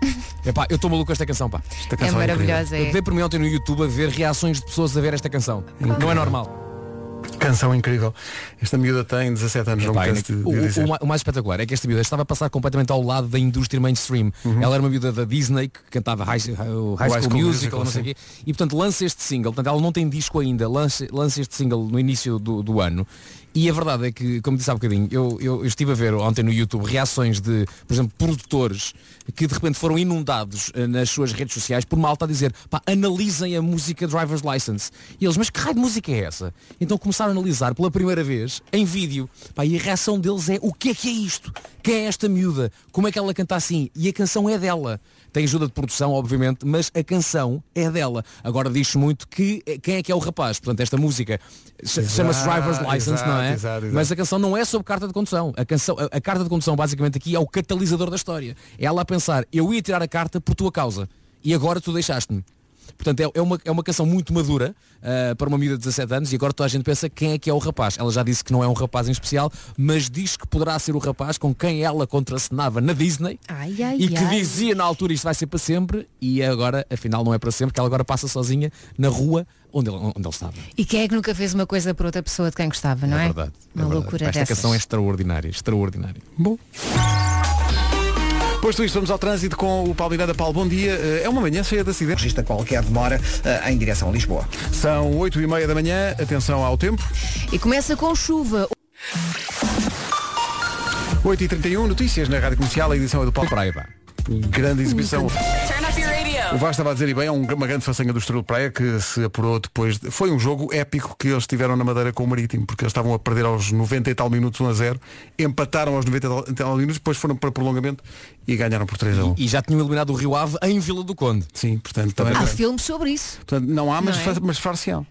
Speaker 7: Epá, eu estou maluco com esta canção, pá.
Speaker 1: Esta
Speaker 3: É
Speaker 1: canção é incrível.
Speaker 7: Eu dei por mim ontem no YouTube a ver reações de pessoas a ver esta canção. Não é normal.
Speaker 1: Canção incrível. Esta miúda tem 17 anos, não
Speaker 7: Epá,
Speaker 1: me
Speaker 7: é
Speaker 1: canso de,
Speaker 7: inacreditável.
Speaker 1: de
Speaker 7: o,
Speaker 1: dizer.
Speaker 7: o ma- o mais espetacular é que esta miúda estava a passar completamente ao lado da indústria mainstream.
Speaker 1: Uhum.
Speaker 7: Ela era uma miúda da Disney que cantava High, high, high School, Musical, não sei o
Speaker 1: sim.
Speaker 7: quê. E portanto lança este single, portanto ela não tem disco ainda, lança, lança este single no início do, do ano. E a verdade é que, como disse há bocadinho, eu, eu- eu estive a ver ontem no YouTube reações de, por exemplo, produtores que de repente foram inundados eh, nas suas redes sociais por malta a dizer, pá, analisem a música Driver's License. E eles, mas que raio de música é essa? Então começaram a analisar pela primeira vez em vídeo. Pá, e a reação deles é, o que é que é isto? Quem é esta miúda? Como é que ela canta assim? E a canção é dela. Tem ajuda de produção, obviamente, mas a canção é dela. Agora diz-se muito que eh, quem é que é o rapaz. Portanto, esta música ch-
Speaker 1: Exato,
Speaker 7: chama-se Driver's License,
Speaker 1: exato,
Speaker 7: não é?
Speaker 1: exato, exato.
Speaker 7: Mas a canção não é sobre carta de condução. A, canção, a, a carta de condução, basicamente, aqui é o catalisador da história. É ela a pensar, eu ia tirar a carta por tua causa. E agora tu deixaste-me. Portanto, é, é uma, é uma canção muito madura ah, para uma miúda de 17 anos e agora toda a gente pensa quem é que é o rapaz. Ela já disse que não é um rapaz em especial, mas diz que poderá ser o rapaz com quem ela contracenava na Disney
Speaker 3: Ai, ai,
Speaker 7: e que
Speaker 3: ai.
Speaker 7: dizia na altura isto vai ser para sempre e agora afinal não é para sempre que ela agora passa sozinha na rua onde ele, onde ele estava
Speaker 3: E quem é que nunca fez uma coisa por outra pessoa de quem gostava, não é?
Speaker 7: verdade,
Speaker 3: Uma
Speaker 7: é verdade.
Speaker 3: loucura
Speaker 7: Pá, esta
Speaker 3: dessas.
Speaker 7: canção é extraordinária extraordinária
Speaker 1: Bom. Posto isto, vamos ao trânsito com o Paulo Miranda. Paulo, bom dia. Eh, É uma manhã cheia de acidentes.
Speaker 2: Regista qualquer demora eh, em direção a Lisboa.
Speaker 1: São 8h30 da manhã. Atenção ao tempo.
Speaker 3: E começa com chuva.
Speaker 1: 8h31, notícias na Rádio Comercial. A edição é do Paulo
Speaker 7: Praia. pá.
Speaker 1: Grande exibição.
Speaker 5: Turn up your radio.
Speaker 1: O Vasco estava a dizer, e bem, é um- uma grande façanha do Estrela Praia que se apurou depois. de- Foi um jogo épico que eles tiveram na Madeira com o Marítimo, porque eles estavam a perder aos 90 e tal minutos 1 a 0, empataram aos 90 e tal- e tal minutos, depois foram para prolongamento e ganharam por 3 a 1.
Speaker 7: e já tinham eliminado o Rio Ave em Vila do Conde
Speaker 1: sim portanto também é
Speaker 3: Há filmes sobre isso.
Speaker 1: Portanto, não há, mas,
Speaker 3: é. Não é?
Speaker 1: fa- mas far-se-ão.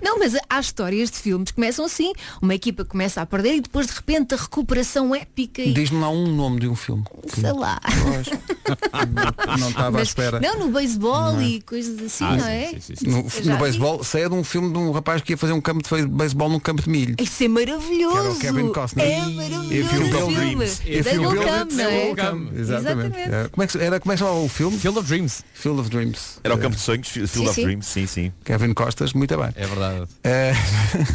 Speaker 3: Não, mas há histórias de filmes que começam assim. Uma equipa começa a perder e depois de repente a recuperação épica e
Speaker 1: Diz-me lá um nome de um filme.
Speaker 3: sei lá.
Speaker 1: Pois.
Speaker 3: [LAUGHS]
Speaker 1: não não estava à
Speaker 3: Mas-
Speaker 1: espera.
Speaker 3: Não, no beisebol
Speaker 1: Não é?
Speaker 3: e coisas assim,
Speaker 7: Ah,
Speaker 3: não
Speaker 7: sim,
Speaker 3: é?
Speaker 7: sim, sim, sim.
Speaker 1: No,
Speaker 3: Eu já
Speaker 1: no
Speaker 3: vi.
Speaker 1: beisebol, saia de um filme de um rapaz que ia fazer um campo de fe- beisebol num campo de milho.
Speaker 3: Isso é maravilhoso.
Speaker 1: Que era o Kevin Costner.
Speaker 3: É
Speaker 1: If you
Speaker 3: maravilhoso
Speaker 1: build
Speaker 3: o filme.
Speaker 1: dreams. If
Speaker 3: They
Speaker 1: you
Speaker 3: will
Speaker 1: build it,
Speaker 3: come,
Speaker 1: they
Speaker 3: não é?
Speaker 1: will come. Exatamente.
Speaker 3: Exatamente.
Speaker 1: É, Como é que, se- era, como é que se chamava o filme?
Speaker 7: Field of Dreams
Speaker 1: Field of Dreams.
Speaker 7: Eh.
Speaker 12: Era o Campo de Sonhos, Field
Speaker 3: Sim,
Speaker 12: of
Speaker 3: sim.
Speaker 12: Dreams, sim, sim.
Speaker 1: Kevin Costas, muito bem.
Speaker 7: é verdade
Speaker 1: Eh,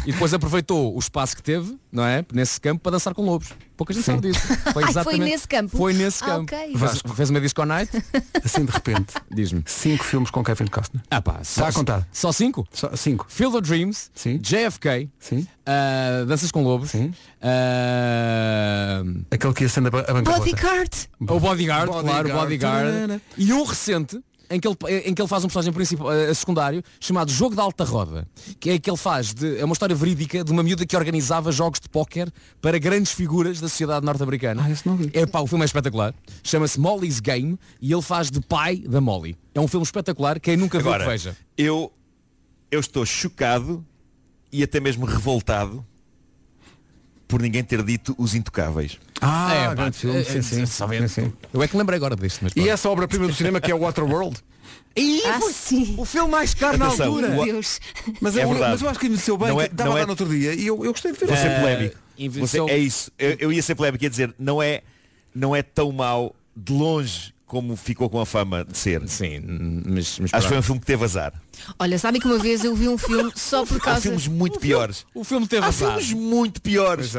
Speaker 7: e depois aproveitou o espaço que teve não é nesse campo para dançar com lobos pouca gente
Speaker 1: Sim. [LAUGHS]
Speaker 7: sabe disso foi
Speaker 3: Ai, foi
Speaker 7: exatamente
Speaker 3: nesse campo.
Speaker 7: foi nesse
Speaker 3: Ah,
Speaker 7: campo
Speaker 3: ok.
Speaker 7: Fez- fez uma disco night
Speaker 1: [LAUGHS] assim de repente,
Speaker 7: diz-me
Speaker 1: cinco filmes com Kevin Costner.
Speaker 7: ah pá
Speaker 1: Está
Speaker 7: só,
Speaker 1: a contar.
Speaker 7: só cinco
Speaker 1: Só cinco.
Speaker 7: Field of Dreams
Speaker 1: Sim.
Speaker 7: JFK
Speaker 1: Sim.
Speaker 7: ah, Danças com Lobos
Speaker 1: Sim.
Speaker 7: ah,
Speaker 1: Aquele que acende a ba- a bancarrota.
Speaker 3: Bodyguard.
Speaker 7: O Bodyguard,
Speaker 1: Bodyguard.
Speaker 7: claro, Bodyguard. E um recente em que, ele, em que ele faz um personagem principal, eh, secundário chamado Jogo da Alta Roda, que é que ele faz de, é uma história verídica de uma miúda que organizava jogos de póquer para grandes figuras da sociedade norte-americana.
Speaker 1: Ah, esse não vi.
Speaker 7: É pá, o filme é espetacular. Chama-se Molly's Game e ele faz de pai da Molly. É um filme espetacular, quem nunca viu
Speaker 12: Agora,
Speaker 7: que veja.
Speaker 12: eu, eu estou chocado e até mesmo revoltado por ninguém ter dito Os Intocáveis.
Speaker 1: Ah,
Speaker 7: É,
Speaker 1: grande
Speaker 7: pá,
Speaker 1: filme.
Speaker 7: eh,
Speaker 1: Sim, sim.
Speaker 7: eh, só vendo.
Speaker 1: Sim, sim.
Speaker 7: Eu é que lembrei agora deste, mas
Speaker 1: E
Speaker 7: pronto.
Speaker 1: essa obra-prima do cinema que é o Waterworld? Ih,
Speaker 3: Ah,
Speaker 1: foi
Speaker 3: sim.
Speaker 1: O filme mais caro na
Speaker 12: Atenção,
Speaker 1: altura.
Speaker 12: o-
Speaker 3: Deus.
Speaker 1: Mas,
Speaker 12: É
Speaker 1: eu,
Speaker 12: verdade.
Speaker 1: mas eu acho que envelheceu bem.
Speaker 12: Não é-
Speaker 1: Estava a
Speaker 12: não
Speaker 1: dar
Speaker 12: é-
Speaker 1: no outro dia e eu, eu gostei de ver.
Speaker 12: Vou ser
Speaker 1: Eh,
Speaker 12: é polémico.
Speaker 7: envelheceu-
Speaker 12: Vou ser- é isso. Eu, eu ia ser polémico, ia dizer, não é, não é tão mau de longe como ficou com a fama de ser.
Speaker 7: Sim, mas,
Speaker 12: Acho que foi um filme que teve azar.
Speaker 3: Olha, sabem que uma vez eu vi um filme só por
Speaker 12: Há
Speaker 3: causa.
Speaker 12: filmes muito piores.
Speaker 7: O filme teve
Speaker 1: Ah,
Speaker 12: Há
Speaker 7: azar. é.
Speaker 12: filmes muito piores.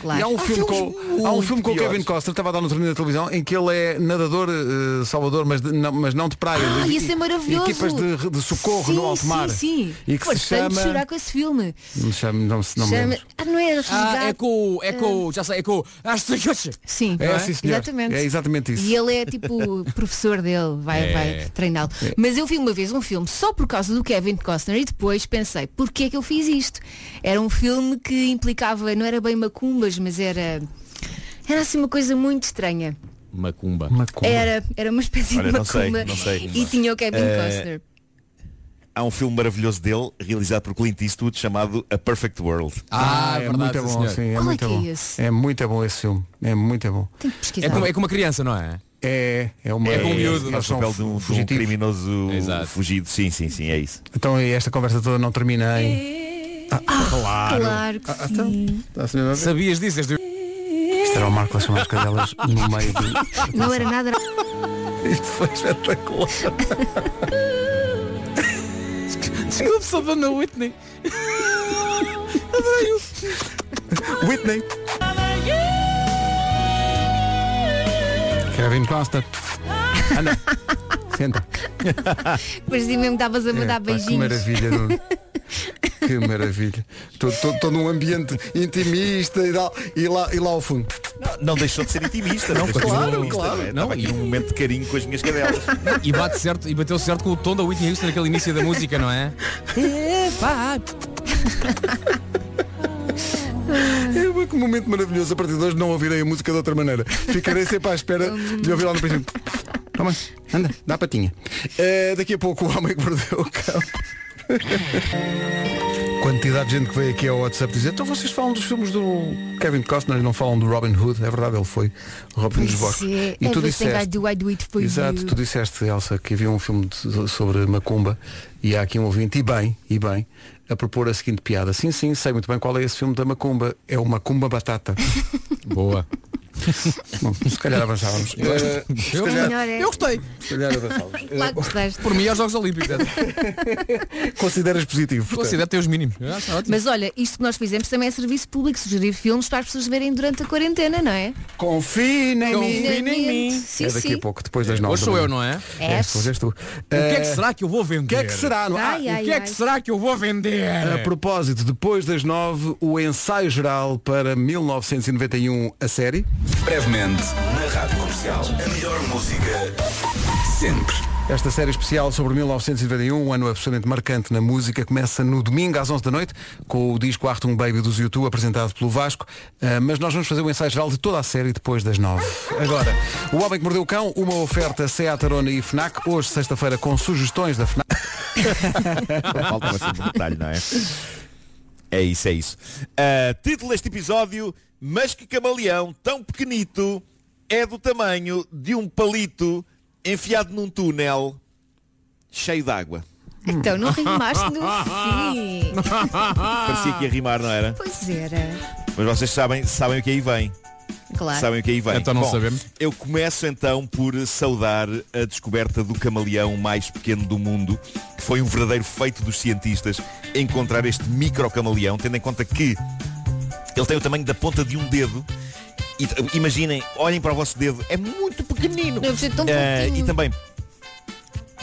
Speaker 3: Claro.
Speaker 1: E há um filme,
Speaker 12: filmes
Speaker 1: com, há um
Speaker 12: muito
Speaker 1: filme com o
Speaker 12: piores.
Speaker 1: Kevin Costner, estava a dar no outro dia na televisão, em que ele é nadador eh, salvador, mas, de- não, mas não de praia.
Speaker 3: Ah,
Speaker 1: de,
Speaker 3: ia ser maravilhoso.
Speaker 1: Equipas de, de socorro
Speaker 3: Sim,
Speaker 1: no alto mar.
Speaker 3: Sim, sim.
Speaker 1: E que se
Speaker 3: Pois, tenho de
Speaker 1: chama-
Speaker 3: chorar com esse filme.
Speaker 1: Não, chamo, não, se- não me
Speaker 3: chama...
Speaker 1: lembro.
Speaker 3: Ah, não é
Speaker 7: Ah, é
Speaker 3: resgate.
Speaker 7: com, o- é com, o- já sei, é com, o- acho que
Speaker 3: Sim,
Speaker 1: É, sim, senhor.
Speaker 3: exatamente.
Speaker 1: É exatamente isso.
Speaker 3: E ele é tipo professor dele, vai,
Speaker 1: É.
Speaker 3: vai treiná-lo.
Speaker 1: É.
Speaker 3: Mas eu vi uma vez um filme só por causa do Kevin Costner e depois pensei, porquê é que eu fiz isto? Era um filme que implicava, não era bem macumbas, mas era. Era assim uma coisa muito estranha.
Speaker 7: Macumba.
Speaker 3: Era, era uma espécie
Speaker 12: Olha,
Speaker 3: de
Speaker 12: não sei,
Speaker 3: macumba
Speaker 12: não sei.
Speaker 3: e tinha o Kevin
Speaker 12: Eh,
Speaker 3: Costner.
Speaker 12: Há um filme maravilhoso dele, realizado por Clint Eastwood, chamado A Perfect World.
Speaker 1: Ah, é
Speaker 7: verdade,
Speaker 1: muito
Speaker 7: sim,
Speaker 1: bom,
Speaker 7: senhor.
Speaker 1: sim, é
Speaker 3: Qual é
Speaker 1: muito
Speaker 3: que é
Speaker 1: bom.
Speaker 3: esse?
Speaker 1: É muito bom esse filme. É muito bom.
Speaker 3: Tenho que pesquisar.
Speaker 7: É com, é com uma criança, não é?
Speaker 1: É, é uma
Speaker 7: É com um miúdo.
Speaker 1: eles
Speaker 12: Faz o
Speaker 1: são
Speaker 12: papel de um, de um
Speaker 1: fugitivos.
Speaker 12: criminoso fugido. Sim, sim, sim, é isso.
Speaker 1: Então e esta conversa toda não termina em.
Speaker 7: Claro.
Speaker 3: Claro
Speaker 1: Ah,
Speaker 3: que
Speaker 1: então
Speaker 3: sim.
Speaker 1: Está-se mesmo a ver?
Speaker 7: Sabias disso? desde-
Speaker 1: Isto era o Marco a chamar as cadelas no meio de.
Speaker 3: Não era nada.
Speaker 1: Isto foi espetacular.
Speaker 7: Desculpe, sou Dona Whitney. Adorei-o.
Speaker 1: Whitney. Kevin Costa. Ana. Senta.
Speaker 3: Depois de mim me estavas a mandar
Speaker 1: Epá, É, que
Speaker 3: beijinhos.
Speaker 1: maravilha, Nuno. Que maravilha. Estou num ambiente intimista e, tal, e, lá, e lá ao fundo.
Speaker 12: Não, não [LAUGHS] deixou de ser intimista. Não,
Speaker 1: claro,
Speaker 12: claro.
Speaker 7: Não,
Speaker 12: Estava aqui
Speaker 7: e-
Speaker 12: num momento de carinho com as minhas [LAUGHS] cadelas.
Speaker 7: E bate certo, e bateu certo com o tom da Whitney Houston naquele início da música, não é?
Speaker 1: É um que momento maravilhoso. A partir de hoje não ouvirei a música de outra maneira. Ficarei sempre à espera de ouvir lá no princípio. Toma, anda, dá a patinha. Eh, daqui a pouco o homem que perdeu o cão. Quantidade de gente que veio aqui ao WhatsApp dizer Então vocês falam dos filmes do Kevin Costner e não falam do Robin Hood. É verdade, ele foi Robin dos Bosques.
Speaker 3: Sim, é,
Speaker 1: E é tu
Speaker 3: everything I
Speaker 1: disseste,
Speaker 3: do, I do it for
Speaker 1: Exato,
Speaker 3: you.
Speaker 1: tu disseste, Elsa, que havia um filme de- sobre Macumba e há aqui um ouvinte, e bem, e bem, a propor a seguinte piada. Sim, sim, sei muito bem qual é esse filme da Macumba. É o Macumba
Speaker 3: [LAUGHS]
Speaker 1: Batata.
Speaker 7: Boa.
Speaker 1: Bom, se calhar avançávamos. Eh, se
Speaker 7: Eu,
Speaker 1: calhar-
Speaker 3: Melhor é.
Speaker 7: eu gostei.
Speaker 1: se calhar avançávamos. Eh,
Speaker 3: Claro que gostaste.
Speaker 7: Por mim aos Jogos Olímpicos.
Speaker 1: [LAUGHS]
Speaker 7: é.
Speaker 1: Consideras positivo. portanto.
Speaker 7: Considera ter os mínimos. Ah, está ótimo.
Speaker 3: Mas olha, isto que nós fizemos também é serviço público, sugerir filmes para as pessoas verem durante a quarentena, não é?
Speaker 1: Confiem em mim.
Speaker 7: Confiem em mim.
Speaker 3: Sim,
Speaker 1: é daqui
Speaker 3: sim.
Speaker 1: a pouco, depois das nove.
Speaker 7: Hoje
Speaker 1: da
Speaker 7: sou
Speaker 1: manhã.
Speaker 7: eu, não é?
Speaker 1: És, hoje és tu. Eh, O
Speaker 7: O que é que será que eu vou vender?
Speaker 1: que é que será? É, não- Ah,
Speaker 3: Ai, ai,
Speaker 7: O que é
Speaker 3: ai.
Speaker 7: que será que eu vou vender?
Speaker 1: A propósito, depois das nove, o ensaio geral para 1991, a série.
Speaker 14: Brevemente, na Rádio Comercial. A melhor música sempre.
Speaker 1: Esta série especial sobre 1991, um ano absolutamente marcante na música, começa no domingo às 11 da noite com o disco Artum Baby dos YouTube apresentado pelo Vasco, Ah, mas nós vamos fazer o ensaio geral de toda a série depois das 9. Agora, O Homem que Mordeu o Cão, uma oferta Seat Arona e FNAC, hoje sexta-feira com sugestões da FNAC.
Speaker 12: Falta sempre um detalhe, não é? É isso, é isso. Ah, título deste episódio, mas que camaleão tão pequenito é do tamanho de um palito enfiado num túnel cheio de água.
Speaker 1: Hum.
Speaker 3: Então não rimaste
Speaker 1: [LAUGHS]
Speaker 3: no fim.
Speaker 12: Parecia
Speaker 7: Ah.
Speaker 12: que ia rimar, não era?
Speaker 3: Pois era.
Speaker 12: Mas vocês sabem, sabem o que aí vem.
Speaker 3: Claro.
Speaker 12: Sabem o que aí vem.
Speaker 7: Então não
Speaker 12: é Bom,
Speaker 7: sabemos.
Speaker 12: Eu começo então por saudar a descoberta do camaleão mais pequeno do mundo, que foi um verdadeiro feito dos cientistas encontrar este microcamaleão, tendo em conta que ele tem o tamanho da ponta de um dedo. E, t- imaginem, olhem para o vosso dedo, é muito pequenino.
Speaker 3: Deve ser tão
Speaker 12: Eh,
Speaker 3: pouquinho.
Speaker 12: e também,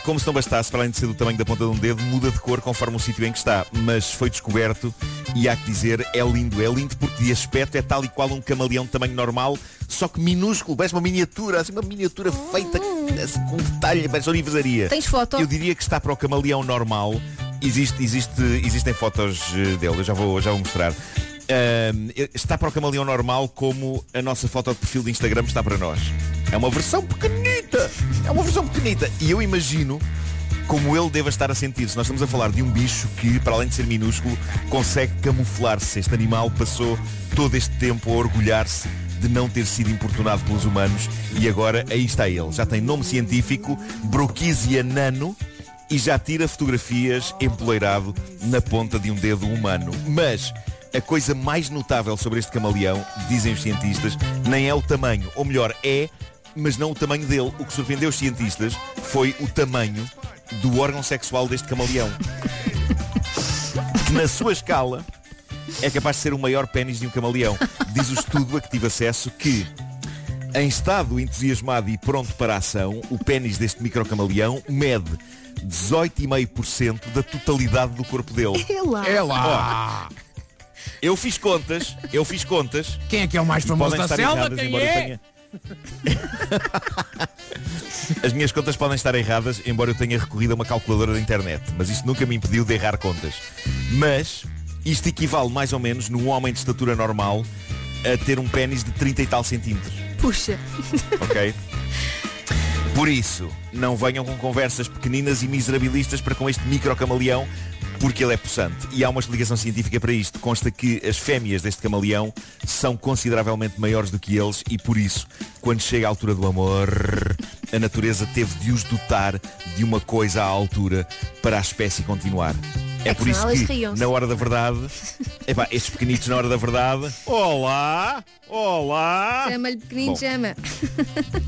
Speaker 12: como se não bastasse, para além de ser do tamanho da ponta de um dedo, muda de cor conforme o sítio em que está. Mas foi descoberto e há que dizer, é lindo. É lindo porque de aspecto é tal e qual um camaleão de tamanho normal, só que minúsculo. Parece uma miniatura, assim, uma miniatura feita assim, com detalhe, parece onivesaria.
Speaker 3: Hum. Tens foto?
Speaker 12: [LAUGHS] Eu diria que está para o camaleão normal. Existe, existe, existem fotos eh, dele, eu já vou, já vou mostrar. Ahm, eh, está para o camaleão normal como a nossa foto de perfil de Instagram está para nós. É uma versão pequenita! É uma versão pequenita! E eu imagino como ele deva estar a sentir-se. Nós estamos a falar de um bicho que, para além de ser minúsculo, consegue camuflar-se. Este animal passou todo este tempo a orgulhar-se de não ter sido importunado pelos humanos e agora aí está ele. Já tem nome científico, Broquisia nano, e já tira fotografias empoleirado na ponta de um dedo humano. Mas a coisa mais notável sobre este camaleão, dizem os cientistas, nem é o tamanho, ou melhor, é, mas não o tamanho dele. O que surpreendeu os cientistas foi o tamanho do órgão sexual deste camaleão. Que na sua escala é capaz de ser o maior pênis de um camaleão. Diz o estudo a que tive acesso que, em estado entusiasmado e pronto para a ação, o pênis deste microcamaleão mede 18,5% da totalidade do corpo dele.
Speaker 3: É lá.
Speaker 7: É lá.
Speaker 12: Ó, eu fiz contas, eu fiz contas.
Speaker 7: Quem é que é o mais
Speaker 12: E
Speaker 7: famoso
Speaker 12: podem
Speaker 7: da
Speaker 12: estar
Speaker 7: selva?
Speaker 12: erradas,
Speaker 7: Quem
Speaker 12: embora eu
Speaker 7: é?
Speaker 12: tenha- As minhas contas podem estar erradas, embora eu tenha recorrido a uma calculadora da internet, mas isso nunca me impediu de errar contas. Mas isto equivale mais ou menos, num homem de estatura normal, a ter um pênis de 30 e tal centímetros,
Speaker 3: Puxa.
Speaker 12: ok? Por isso, não venham com conversas pequeninas e miserabilistas para com este microcamaleão, porque ele é possante. E há uma explicação científica para isto. Consta que as fêmeas deste camaleão são consideravelmente maiores do que eles e por isso, quando chega a altura do amor, a natureza teve de os dotar de uma coisa à altura para a espécie continuar. É,
Speaker 3: É que
Speaker 12: por isso
Speaker 3: senão elas
Speaker 12: que,
Speaker 3: riam-se.
Speaker 12: na hora da verdade, epá, estes pequenitos na hora da verdade, olá, olá.
Speaker 3: Chama-lhe pequenino,
Speaker 12: Ah. Bom.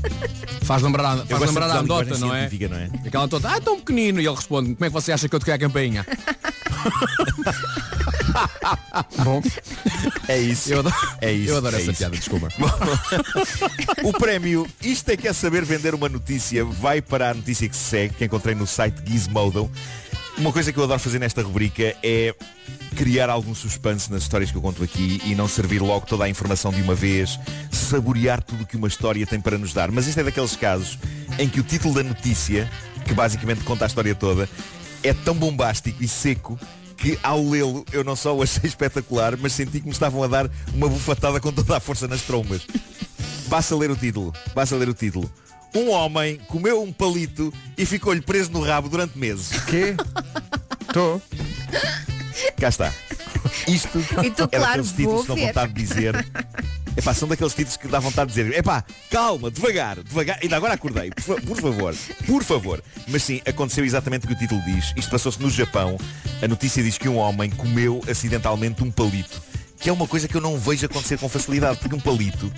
Speaker 12: [LAUGHS]
Speaker 3: chama.
Speaker 7: Faz lembrar, a-
Speaker 12: Eu
Speaker 7: faz
Speaker 12: gosto
Speaker 7: lembrar
Speaker 12: sempre
Speaker 7: a
Speaker 12: da
Speaker 7: anedota,
Speaker 12: linguagem
Speaker 7: não é?
Speaker 12: científica, não é?
Speaker 7: Aquela anedota, ah, tão pequenino. E ele responde, como é que você acha que eu toquei a campainha?
Speaker 1: Bom,
Speaker 12: É isso.
Speaker 7: Eu adoro,
Speaker 12: É isso,
Speaker 7: eu adoro
Speaker 12: é
Speaker 7: essa
Speaker 12: isso.
Speaker 7: piada,
Speaker 12: [LAUGHS]
Speaker 7: desculpa.
Speaker 12: O prémio Isto é que é saber vender uma notícia vai para a notícia que se segue, que encontrei no site Gizmodo. Uma coisa que eu adoro fazer nesta rubrica é criar algum suspense nas histórias que eu conto aqui e não servir logo toda a informação de uma vez, saborear tudo o que uma história tem para nos dar. Mas este é daqueles casos em que o título da notícia, que basicamente conta a história toda, é tão bombástico e seco que ao lê-lo eu não só o achei [LAUGHS] espetacular, mas senti que me estavam a dar uma bufatada com toda a força nas trombas. Basta ler o título. Basta ler o título. Um homem comeu um palito e ficou-lhe preso no rabo durante meses.
Speaker 1: Quê? Tô.
Speaker 12: Cá está. Isto
Speaker 3: E tu,
Speaker 12: é
Speaker 3: claro,
Speaker 12: daqueles
Speaker 3: vou
Speaker 12: títulos que dão
Speaker 3: ver.
Speaker 12: vontade
Speaker 3: [LAUGHS]
Speaker 12: de dizer. Epá, são daqueles títulos que dá vontade de dizer. Epá, calma, devagar, devagar. Ainda agora acordei. Por, fa- por favor, por favor. Mas sim, aconteceu exatamente o que o título diz. Isto passou-se no Japão. A notícia diz que um homem comeu acidentalmente um palito. Que é uma coisa que eu não vejo acontecer com facilidade, porque um palito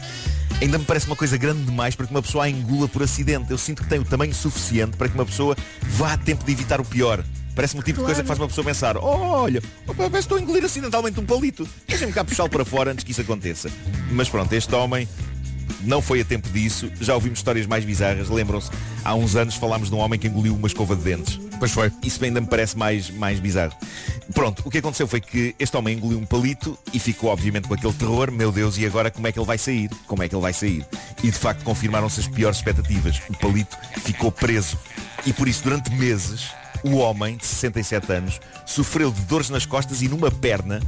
Speaker 12: ainda me parece uma coisa grande demais para que uma pessoa a engula por acidente. Eu sinto que tem o tamanho suficiente para que uma pessoa vá a tempo de evitar o pior. Parece-me o tipo de coisa que faz uma pessoa pensar, oh, olha, opa, parece que estou a engolir acidentalmente um palito. Deixa-me cá puxá-lo para fora antes que isso aconteça. Mas pronto, este homem não foi a tempo disso. Já ouvimos histórias mais bizarras. Lembram-se, há uns anos falámos de um homem que engoliu uma escova de dentes.
Speaker 7: Pois foi.
Speaker 12: Isso ainda me parece mais, mais bizarro. Pronto, o que aconteceu foi que este homem engoliu um palito e ficou obviamente com aquele terror. Meu Deus, e agora como é que ele vai sair? Como é que ele vai sair? E de facto confirmaram-se as piores expectativas. O palito ficou preso. E por isso, durante meses, o homem de 67 anos sofreu de dores nas costas e numa perna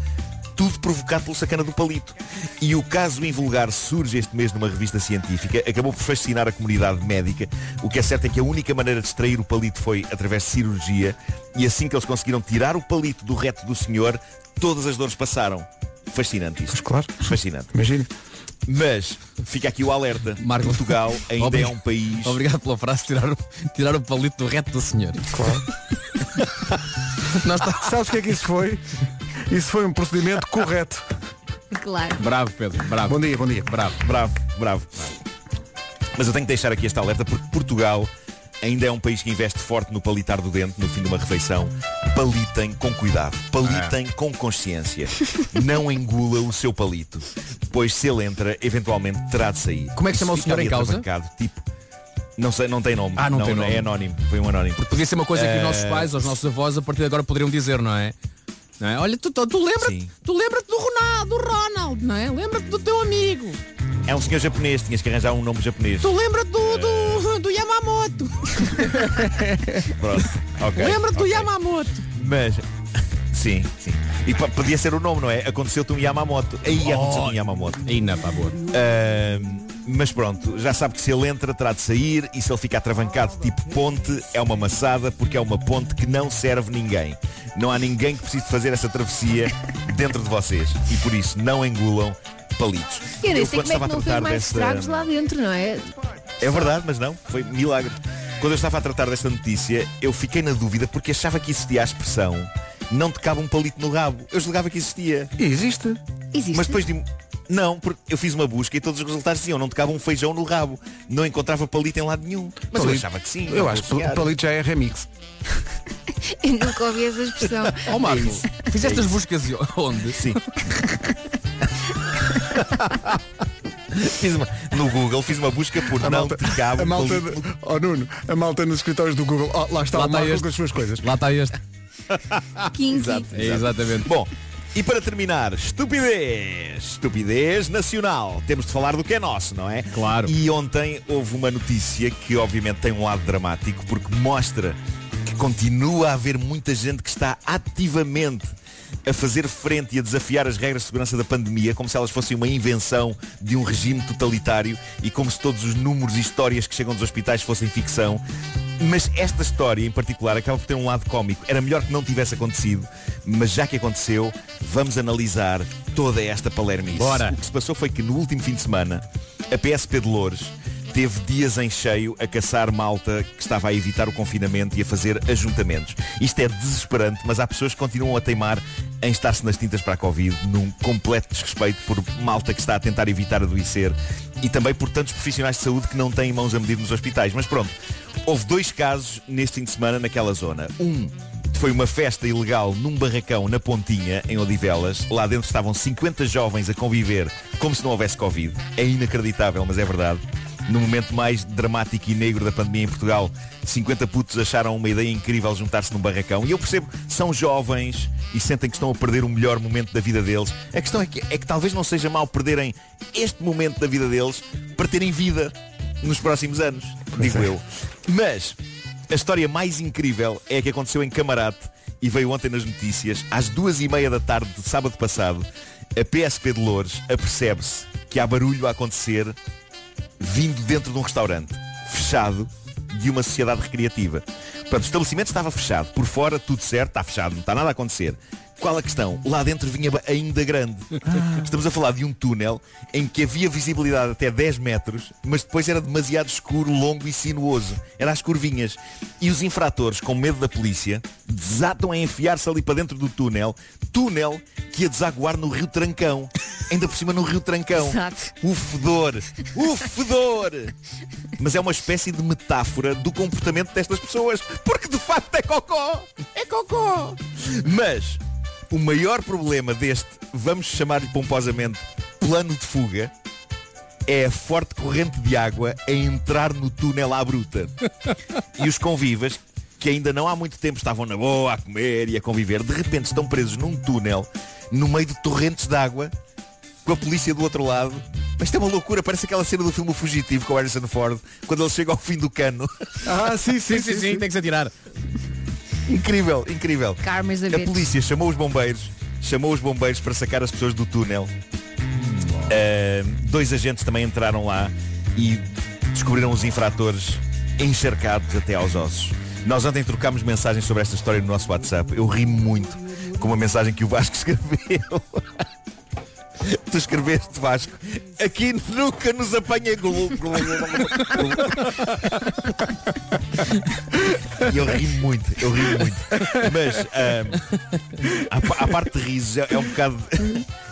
Speaker 12: tudo provocado pelo sacana do palito. E o caso invulgar surge este mês numa revista científica, acabou por fascinar a comunidade médica. O que é certo é que a única maneira de extrair o palito foi através de cirurgia, e assim que eles conseguiram tirar o palito do reto do senhor, todas as dores passaram. Fascinante isto.
Speaker 1: claro.
Speaker 12: Fascinante.
Speaker 1: Imagina.
Speaker 12: Mas fica aqui o alerta. [LAUGHS] Portugal ainda é um país.
Speaker 7: Obrigado pela frase, tirar o, tirar o palito do reto do senhor.
Speaker 1: Claro.
Speaker 7: [LAUGHS] Nós tá-
Speaker 1: Sabes o que é que isso foi? Isso foi um procedimento correto.
Speaker 3: Claro.
Speaker 7: Bravo, Pedro, bravo.
Speaker 1: Bom dia, bom dia.
Speaker 7: Bravo.
Speaker 12: Bravo, bravo. Mas eu tenho que deixar aqui esta alerta porque Portugal ainda é um país que investe forte no palitar do dente no fim de uma refeição. Palitem com cuidado,
Speaker 7: Ah.
Speaker 12: palitem com consciência. Não engula o seu palito, pois se ele entra, eventualmente terá de sair.
Speaker 7: Como é que chama o
Speaker 12: Se
Speaker 7: senhor
Speaker 12: fica
Speaker 7: em
Speaker 12: ali
Speaker 7: causa?
Speaker 12: atravancado, Tipo, não sei, não tem nome.
Speaker 7: Ah, não tem nome.
Speaker 12: É anónimo, foi um anónimo.
Speaker 7: Podia ser uma coisa que os
Speaker 12: Eh,
Speaker 7: nossos pais, os nossos avós, a partir de agora poderiam dizer, não é? Não é? Olha, tu, tu, tu lembra-te
Speaker 12: Sim.
Speaker 7: tu lembra-te do Ronaldo, do Ronald, não é? Lembra-te do teu amigo.
Speaker 12: É um senhor japonês, tinhas que arranjar um nome japonês.
Speaker 7: Tu lembra-te do, do, do Yamamoto.
Speaker 12: [LAUGHS] Pronto. ok,
Speaker 7: Lembra-te do
Speaker 12: ok.
Speaker 7: Yamamoto.
Speaker 12: Mas. [LAUGHS] Sim, sim. E pa- podia ser o nome, não é? Aconteceu-te um Yamamoto. Aí aconteceu-te um Yamamoto.
Speaker 7: Aí não, pá, boa.
Speaker 12: Ahm, mas pronto, já sabe que se ele entra terá de sair e se ele ficar atravancado tipo ponte, é uma maçada porque é uma ponte que não serve ninguém.
Speaker 3: [LAUGHS]
Speaker 12: Não há ninguém que precise fazer essa travessia dentro de vocês. E por isso não engulam palitos.
Speaker 3: Eu nem
Speaker 12: Eu,
Speaker 3: sei como é
Speaker 12: quando estava
Speaker 3: que
Speaker 12: a
Speaker 3: não
Speaker 12: tratar
Speaker 3: fez mais
Speaker 12: desta-
Speaker 3: estragos lá dentro, não é?
Speaker 12: É verdade, mas não, foi milagre. Quando eu estava a tratar desta notícia, eu fiquei na dúvida porque achava que existia a expressão não te cabe um palito no rabo. Eu julgava que existia.
Speaker 1: E existe.
Speaker 3: Existe.
Speaker 12: Mas depois de... um- Não, porque eu fiz uma busca e todos os resultados diziam não te cabe um feijão no rabo. Não encontrava palito em lado nenhum. Mas eu
Speaker 1: Palito-
Speaker 12: achava que sim.
Speaker 1: Eu acho que
Speaker 12: palito.
Speaker 1: palito já é remix.
Speaker 3: [LAUGHS] Eu nunca ouvi essa
Speaker 12: [LAUGHS]
Speaker 3: expressão.
Speaker 7: Ó Marco,
Speaker 12: É
Speaker 7: fizeste as buscas e onde?
Speaker 12: Sim. Fiz uma- No Google fiz uma busca por não te cabe
Speaker 1: A
Speaker 12: um
Speaker 1: malta,
Speaker 12: palito.
Speaker 1: oh Nuno, a malta nos escritórios do Google. Oh, lá está
Speaker 12: Lá
Speaker 1: o
Speaker 12: está
Speaker 1: Marco
Speaker 12: este.
Speaker 1: com as suas coisas.
Speaker 7: Lá está este.
Speaker 3: Kinky.
Speaker 12: É, exatamente. Bom, e para terminar, estupidez. Estupidez nacional. Temos de falar do que é nosso, não é? Claro. E ontem houve uma notícia que obviamente tem um lado dramático porque mostra que continua a haver muita gente que está ativamente a fazer frente e a desafiar as regras de segurança da pandemia como se elas fossem uma invenção de um regime totalitário e como se todos os números e histórias que chegam dos hospitais fossem ficção. Mas esta história em particular acaba por ter um lado cómico. Era melhor que não tivesse acontecido, mas já que aconteceu, vamos analisar toda esta palermice.
Speaker 7: Bora.
Speaker 12: O que se passou foi que no último fim de semana, a PSP de Loures teve dias em cheio a caçar malta que estava a evitar o confinamento e a fazer ajuntamentos. Isto é desesperante, mas há pessoas que continuam a teimar em estar-se nas tintas para a Covid, num completo desrespeito por malta que está a tentar evitar adoecer e também por tantos profissionais de saúde que não têm mãos a medir nos hospitais. Mas pronto, houve dois casos neste fim de semana naquela zona. Um foi uma festa ilegal num barracão na Pontinha, em Odivelas. Lá dentro estavam 50 jovens a conviver como se não houvesse Covid. É inacreditável, mas é verdade. No momento mais dramático e negro da pandemia em Portugal, 50 putos acharam uma ideia incrível juntar-se num barracão. E eu percebo, são jovens e sentem que estão a perder o melhor momento da vida deles. A questão é que, é que talvez não seja mal perderem este momento da vida deles para terem vida nos próximos anos, digo eu. Mas a história mais incrível é a que aconteceu em Camarate e veio ontem nas notícias. Às duas e meia da tarde de sábado passado, a PSP de Loures apercebe-se que há barulho a acontecer vindo dentro de um restaurante fechado de uma sociedade recreativa. Portanto, o estabelecimento estava fechado. Por fora, tudo certo, está fechado, não está nada a acontecer. Qual a questão? Lá dentro vinha ba- ainda grande. Estamos a falar de um túnel em que havia visibilidade até 10 metros, mas depois era demasiado escuro, longo e sinuoso. Era às curvinhas. E os infratores, com medo da polícia, desatam a enfiar-se ali para dentro do túnel. Túnel que ia desaguar no Rio Trancão. Ainda por cima no Rio Trancão.
Speaker 3: Exato.
Speaker 12: O fedor. O fedor. Mas é uma espécie de metáfora do comportamento destas pessoas. Porque de facto é cocó. É cocó. Mas o maior problema deste, vamos chamar-lhe pomposamente, plano de fuga, é a forte corrente de água a entrar no túnel à bruta. E os convivas, que ainda não há muito tempo estavam na boa a comer e a conviver, de repente estão presos num túnel, no meio de torrentes de água, com a polícia do outro lado. Mas isto é uma loucura, parece aquela cena do filme O Fugitivo com o Harrison Ford, quando ele chega ao fim do cano. [LAUGHS]
Speaker 1: Ah,
Speaker 7: [LAUGHS]
Speaker 1: sim, sim,
Speaker 12: sim, sim, tem que se atirar. Incrível, incrível.
Speaker 3: Karma is a
Speaker 12: A
Speaker 3: bitch.
Speaker 12: polícia chamou os bombeiros, chamou os bombeiros para sacar as pessoas do túnel. Ahm, dois agentes também entraram lá e descobriram os infratores encharcados até aos ossos. Nós ontem trocámos mensagens sobre esta história no nosso WhatsApp. Eu ri muito com uma mensagem que o Vasco [LAUGHS] escreveu. Tu escreveste Vasco. Aqui nunca nos apanha golo. E eu ri muito, eu ri muito. Mas ahm, a, pa- a parte de risos é, é um bocado.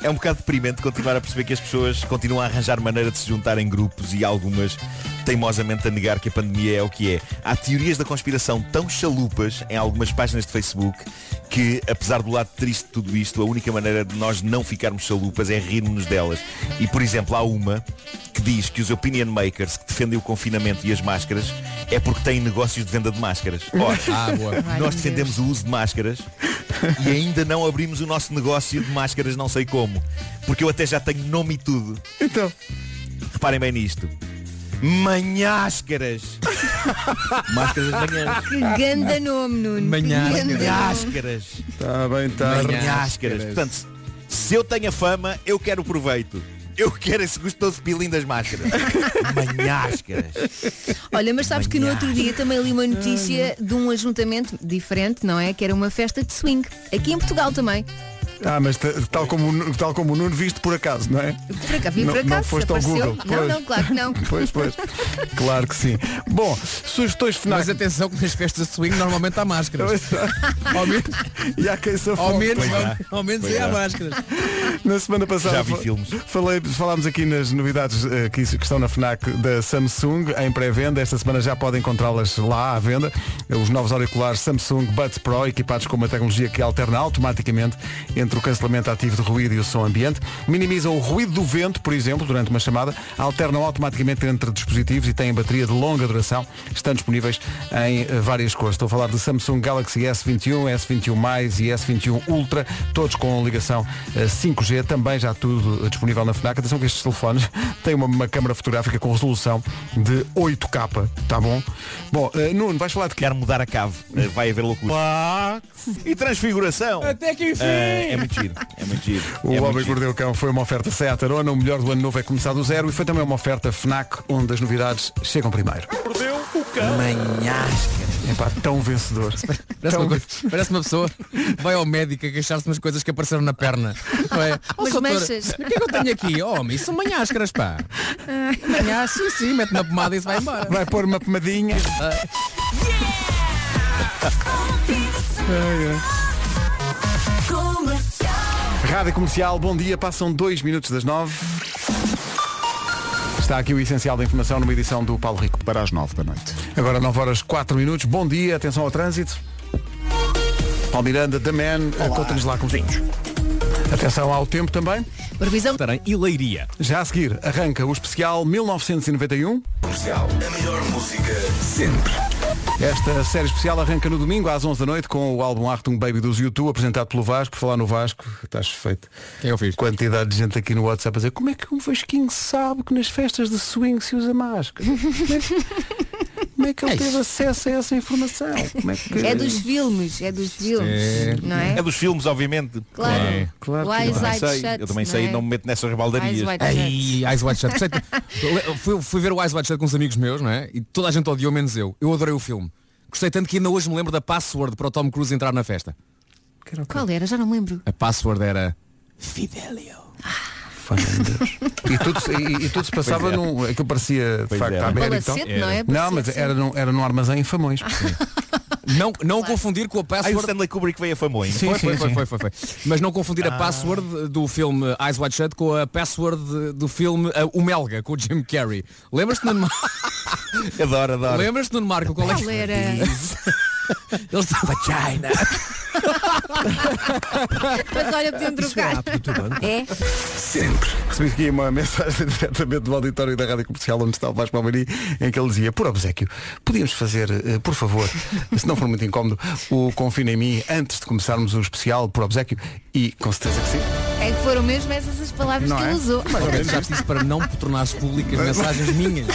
Speaker 12: É um bocado deprimente continuar a perceber que as pessoas continuam a arranjar maneira de se juntar em grupos e algumas teimosamente a negar que a pandemia é o que é. Há teorias da conspiração tão chalupas em algumas páginas de Facebook que, apesar do lado triste de tudo isto, a única maneira de nós não ficarmos chalupas é rirmos delas. E, por exemplo, há uma que diz que os opinion makers que defendem o confinamento e as máscaras é porque têm negócios de venda de máscaras. Ora,
Speaker 7: Ah, boa. Ai, meu
Speaker 12: nós defendemos o uso de máscaras e ainda não abrimos o nosso negócio de máscaras não sei como. Porque eu até já tenho nome e tudo.
Speaker 1: Então.
Speaker 12: Reparem bem nisto. Manháscaras. máscaras de manhã.
Speaker 3: Que ganda nome, Nuno. Que ganda
Speaker 1: Ah.
Speaker 3: nome.
Speaker 12: Manháscaras.
Speaker 1: Está bem, está.
Speaker 12: Manháscaras. Portanto, se eu tenho a fama, eu quero o proveito. Eu quero esse gostoso pilim das máscaras. Manháscaras.
Speaker 3: Olha, mas sabes que no outro dia também li uma notícia de um ajuntamento diferente, não é? Que era uma festa de swing. Aqui em Portugal também.
Speaker 1: Ah, mas t- tal como, o Nu- tal como o Nuno viste por acaso, não é?
Speaker 3: Por acaso, vim
Speaker 1: Não-
Speaker 3: por acaso,
Speaker 1: não foste ao
Speaker 3: apareceu.
Speaker 1: Google,
Speaker 3: Não,
Speaker 1: pois.
Speaker 3: não, claro
Speaker 1: [LAUGHS]
Speaker 3: que não.
Speaker 1: Pois,
Speaker 12: [LAUGHS]
Speaker 1: pois. Claro que sim. Bom, sugestões finais.
Speaker 7: Mas atenção que nas festas de swing normalmente há máscaras. ao menos,
Speaker 1: [LAUGHS] e há quem se
Speaker 7: ao menos,
Speaker 1: Pois
Speaker 7: ao,
Speaker 1: há.
Speaker 7: ao menos
Speaker 1: Pois
Speaker 7: é há
Speaker 1: há.
Speaker 7: máscaras.
Speaker 1: Na semana passada
Speaker 7: Já vi
Speaker 1: fa-
Speaker 7: filmes.
Speaker 1: Falei, falámos aqui nas novidades eh, que, que estão na FNAC da Samsung em pré-venda. Esta semana já podem encontrá-las lá à venda. Os novos auriculares Samsung Buds Pro, equipados com uma tecnologia que alterna automaticamente entre o cancelamento ativo de ruído e o som ambiente. Minimizam o ruído do vento, por exemplo, durante uma chamada. Alternam automaticamente entre dispositivos e têm bateria de longa duração. Estão disponíveis em eh, várias cores. Estou a falar de Samsung Galaxy S21, S21+, e S21 Ultra, todos com ligação eh, 5G, também já tudo eh, disponível na FNAC. Atenção que estes telefones [LAUGHS] têm uma, uma câmara fotográfica com resolução de 8K, tá bom? Bom, eh, Nuno, vais falar de
Speaker 12: Quero mudar a cave. Eh, Vai haver loucura. E transfiguração.
Speaker 7: Até que enfim.
Speaker 12: Eh, é muito giro. É muito giro.
Speaker 1: O
Speaker 12: é muito
Speaker 1: Homem que Mordeu o Cão foi uma oferta Seat Arona, o melhor do ano novo é começar do zero e foi também uma oferta FNAC, onde as novidades chegam primeiro.
Speaker 12: Perdeu o
Speaker 1: Manhasca. Epá, tão vencedor.
Speaker 7: Parece,
Speaker 1: Então-
Speaker 7: uma, coisa- parece uma pessoa que vai ao médico a queixar-se umas coisas que apareceram na perna. Não é?
Speaker 3: Umas
Speaker 7: doutora,
Speaker 3: manchas.
Speaker 7: O que é que eu tenho aqui? Oh, homem, isso são manháscaras, pá. Manhás, sim, sim, mete na pomada e se vai embora.
Speaker 1: Vai pôr uma pomadinha. Rádio Comercial, bom dia, passam dois minutos das nove. Está aqui o essencial da informação numa edição do Paulo Rico.
Speaker 15: Para as 9 da noite.
Speaker 1: Agora 9 horas 4 minutos. Bom dia, atenção ao trânsito. Paulo Miranda, The Man, conta-nos lá como estamos. Atenção ao tempo também.
Speaker 3: Previsão.
Speaker 1: E Leiria. Já a seguir, arranca o especial 1991.
Speaker 14: Comercial, a melhor música sempre.
Speaker 1: Esta série especial arranca no domingo às 11 da noite com o álbum Artung Baby dos YouTube apresentado pelo Vasco. Por falar no Vasco, estás feito.
Speaker 7: é Eu fiz.
Speaker 1: Quantidade de gente aqui no WhatsApp a dizer como é que um Vasquinho sabe que nas festas de swing se usa máscara? Como é que- Como é que ele teve acesso a essa informação? Como é que...
Speaker 3: É dos filmes, é dos filmes, não é?
Speaker 12: É dos filmes, obviamente.
Speaker 3: Claro. É.
Speaker 12: claro
Speaker 3: O
Speaker 12: que
Speaker 3: Eyes
Speaker 12: eu também
Speaker 3: Wide
Speaker 12: sei.
Speaker 3: Shut,
Speaker 12: Eu também
Speaker 3: não
Speaker 12: sei
Speaker 3: é?
Speaker 12: e não me meto nessas
Speaker 3: Eyes
Speaker 12: baldarias.
Speaker 3: Wide
Speaker 7: Ai, Eyes Wide Shut. Sei que- fui, fui ver o Eyes Wide Shut com uns amigos meus, não é? E toda a gente odiou, menos eu. Eu adorei o filme. Gostei tanto que ainda hoje me lembro da password para o Tom Cruise entrar na festa.
Speaker 3: Qual era? Já não me lembro.
Speaker 7: A password era Fidelio.
Speaker 1: E tudo, se- e, e tudo se passava
Speaker 7: Pois é.
Speaker 1: num. Aquilo parecia de
Speaker 7: Pois
Speaker 1: facto
Speaker 7: é.
Speaker 1: a América. e tal.
Speaker 7: Palacete, não é?
Speaker 1: Não,
Speaker 7: Parecia
Speaker 1: mas
Speaker 7: assim.
Speaker 1: então, era num, era num armazém em Famões.
Speaker 7: Não, não confundir com a password.
Speaker 12: Ah, o Stanley Kubrick veio a Famões.
Speaker 7: Sim,
Speaker 12: Foi,
Speaker 7: sim,
Speaker 12: foi,
Speaker 7: foi,
Speaker 12: sim.
Speaker 7: foi, foi, foi. Mas não confundir a
Speaker 12: Ah.
Speaker 7: password do filme Eyes Wide Shut com a password do filme ah, O Melga, com o Jim Carrey. Lembras-te, Nuno Marco?
Speaker 12: [LAUGHS] Adoro, adoro.
Speaker 7: Lembras-te, Nuno Marco? Qual é que
Speaker 3: Qual era?
Speaker 7: Eles [LAUGHS] Vagina.
Speaker 3: Mas olha, podemos
Speaker 7: é
Speaker 3: trocar. É?
Speaker 1: Sempre. Recebi aqui uma [LAUGHS] mensagem diretamente do auditório da Rádio Comercial onde está o Vasco Palmeirim, em que ele dizia, por obsequio, podíamos fazer, eh, por
Speaker 7: [LAUGHS]
Speaker 1: favor, se não for muito incómodo, o Confina em mim antes de começarmos o especial por obsequio e com certeza que sim.
Speaker 3: É que foram mesmo essas as palavras
Speaker 1: Não
Speaker 3: que
Speaker 1: é?
Speaker 3: ele usou.
Speaker 1: Mais ou menos.
Speaker 7: Já disse para não tornares públicas mensagens minhas.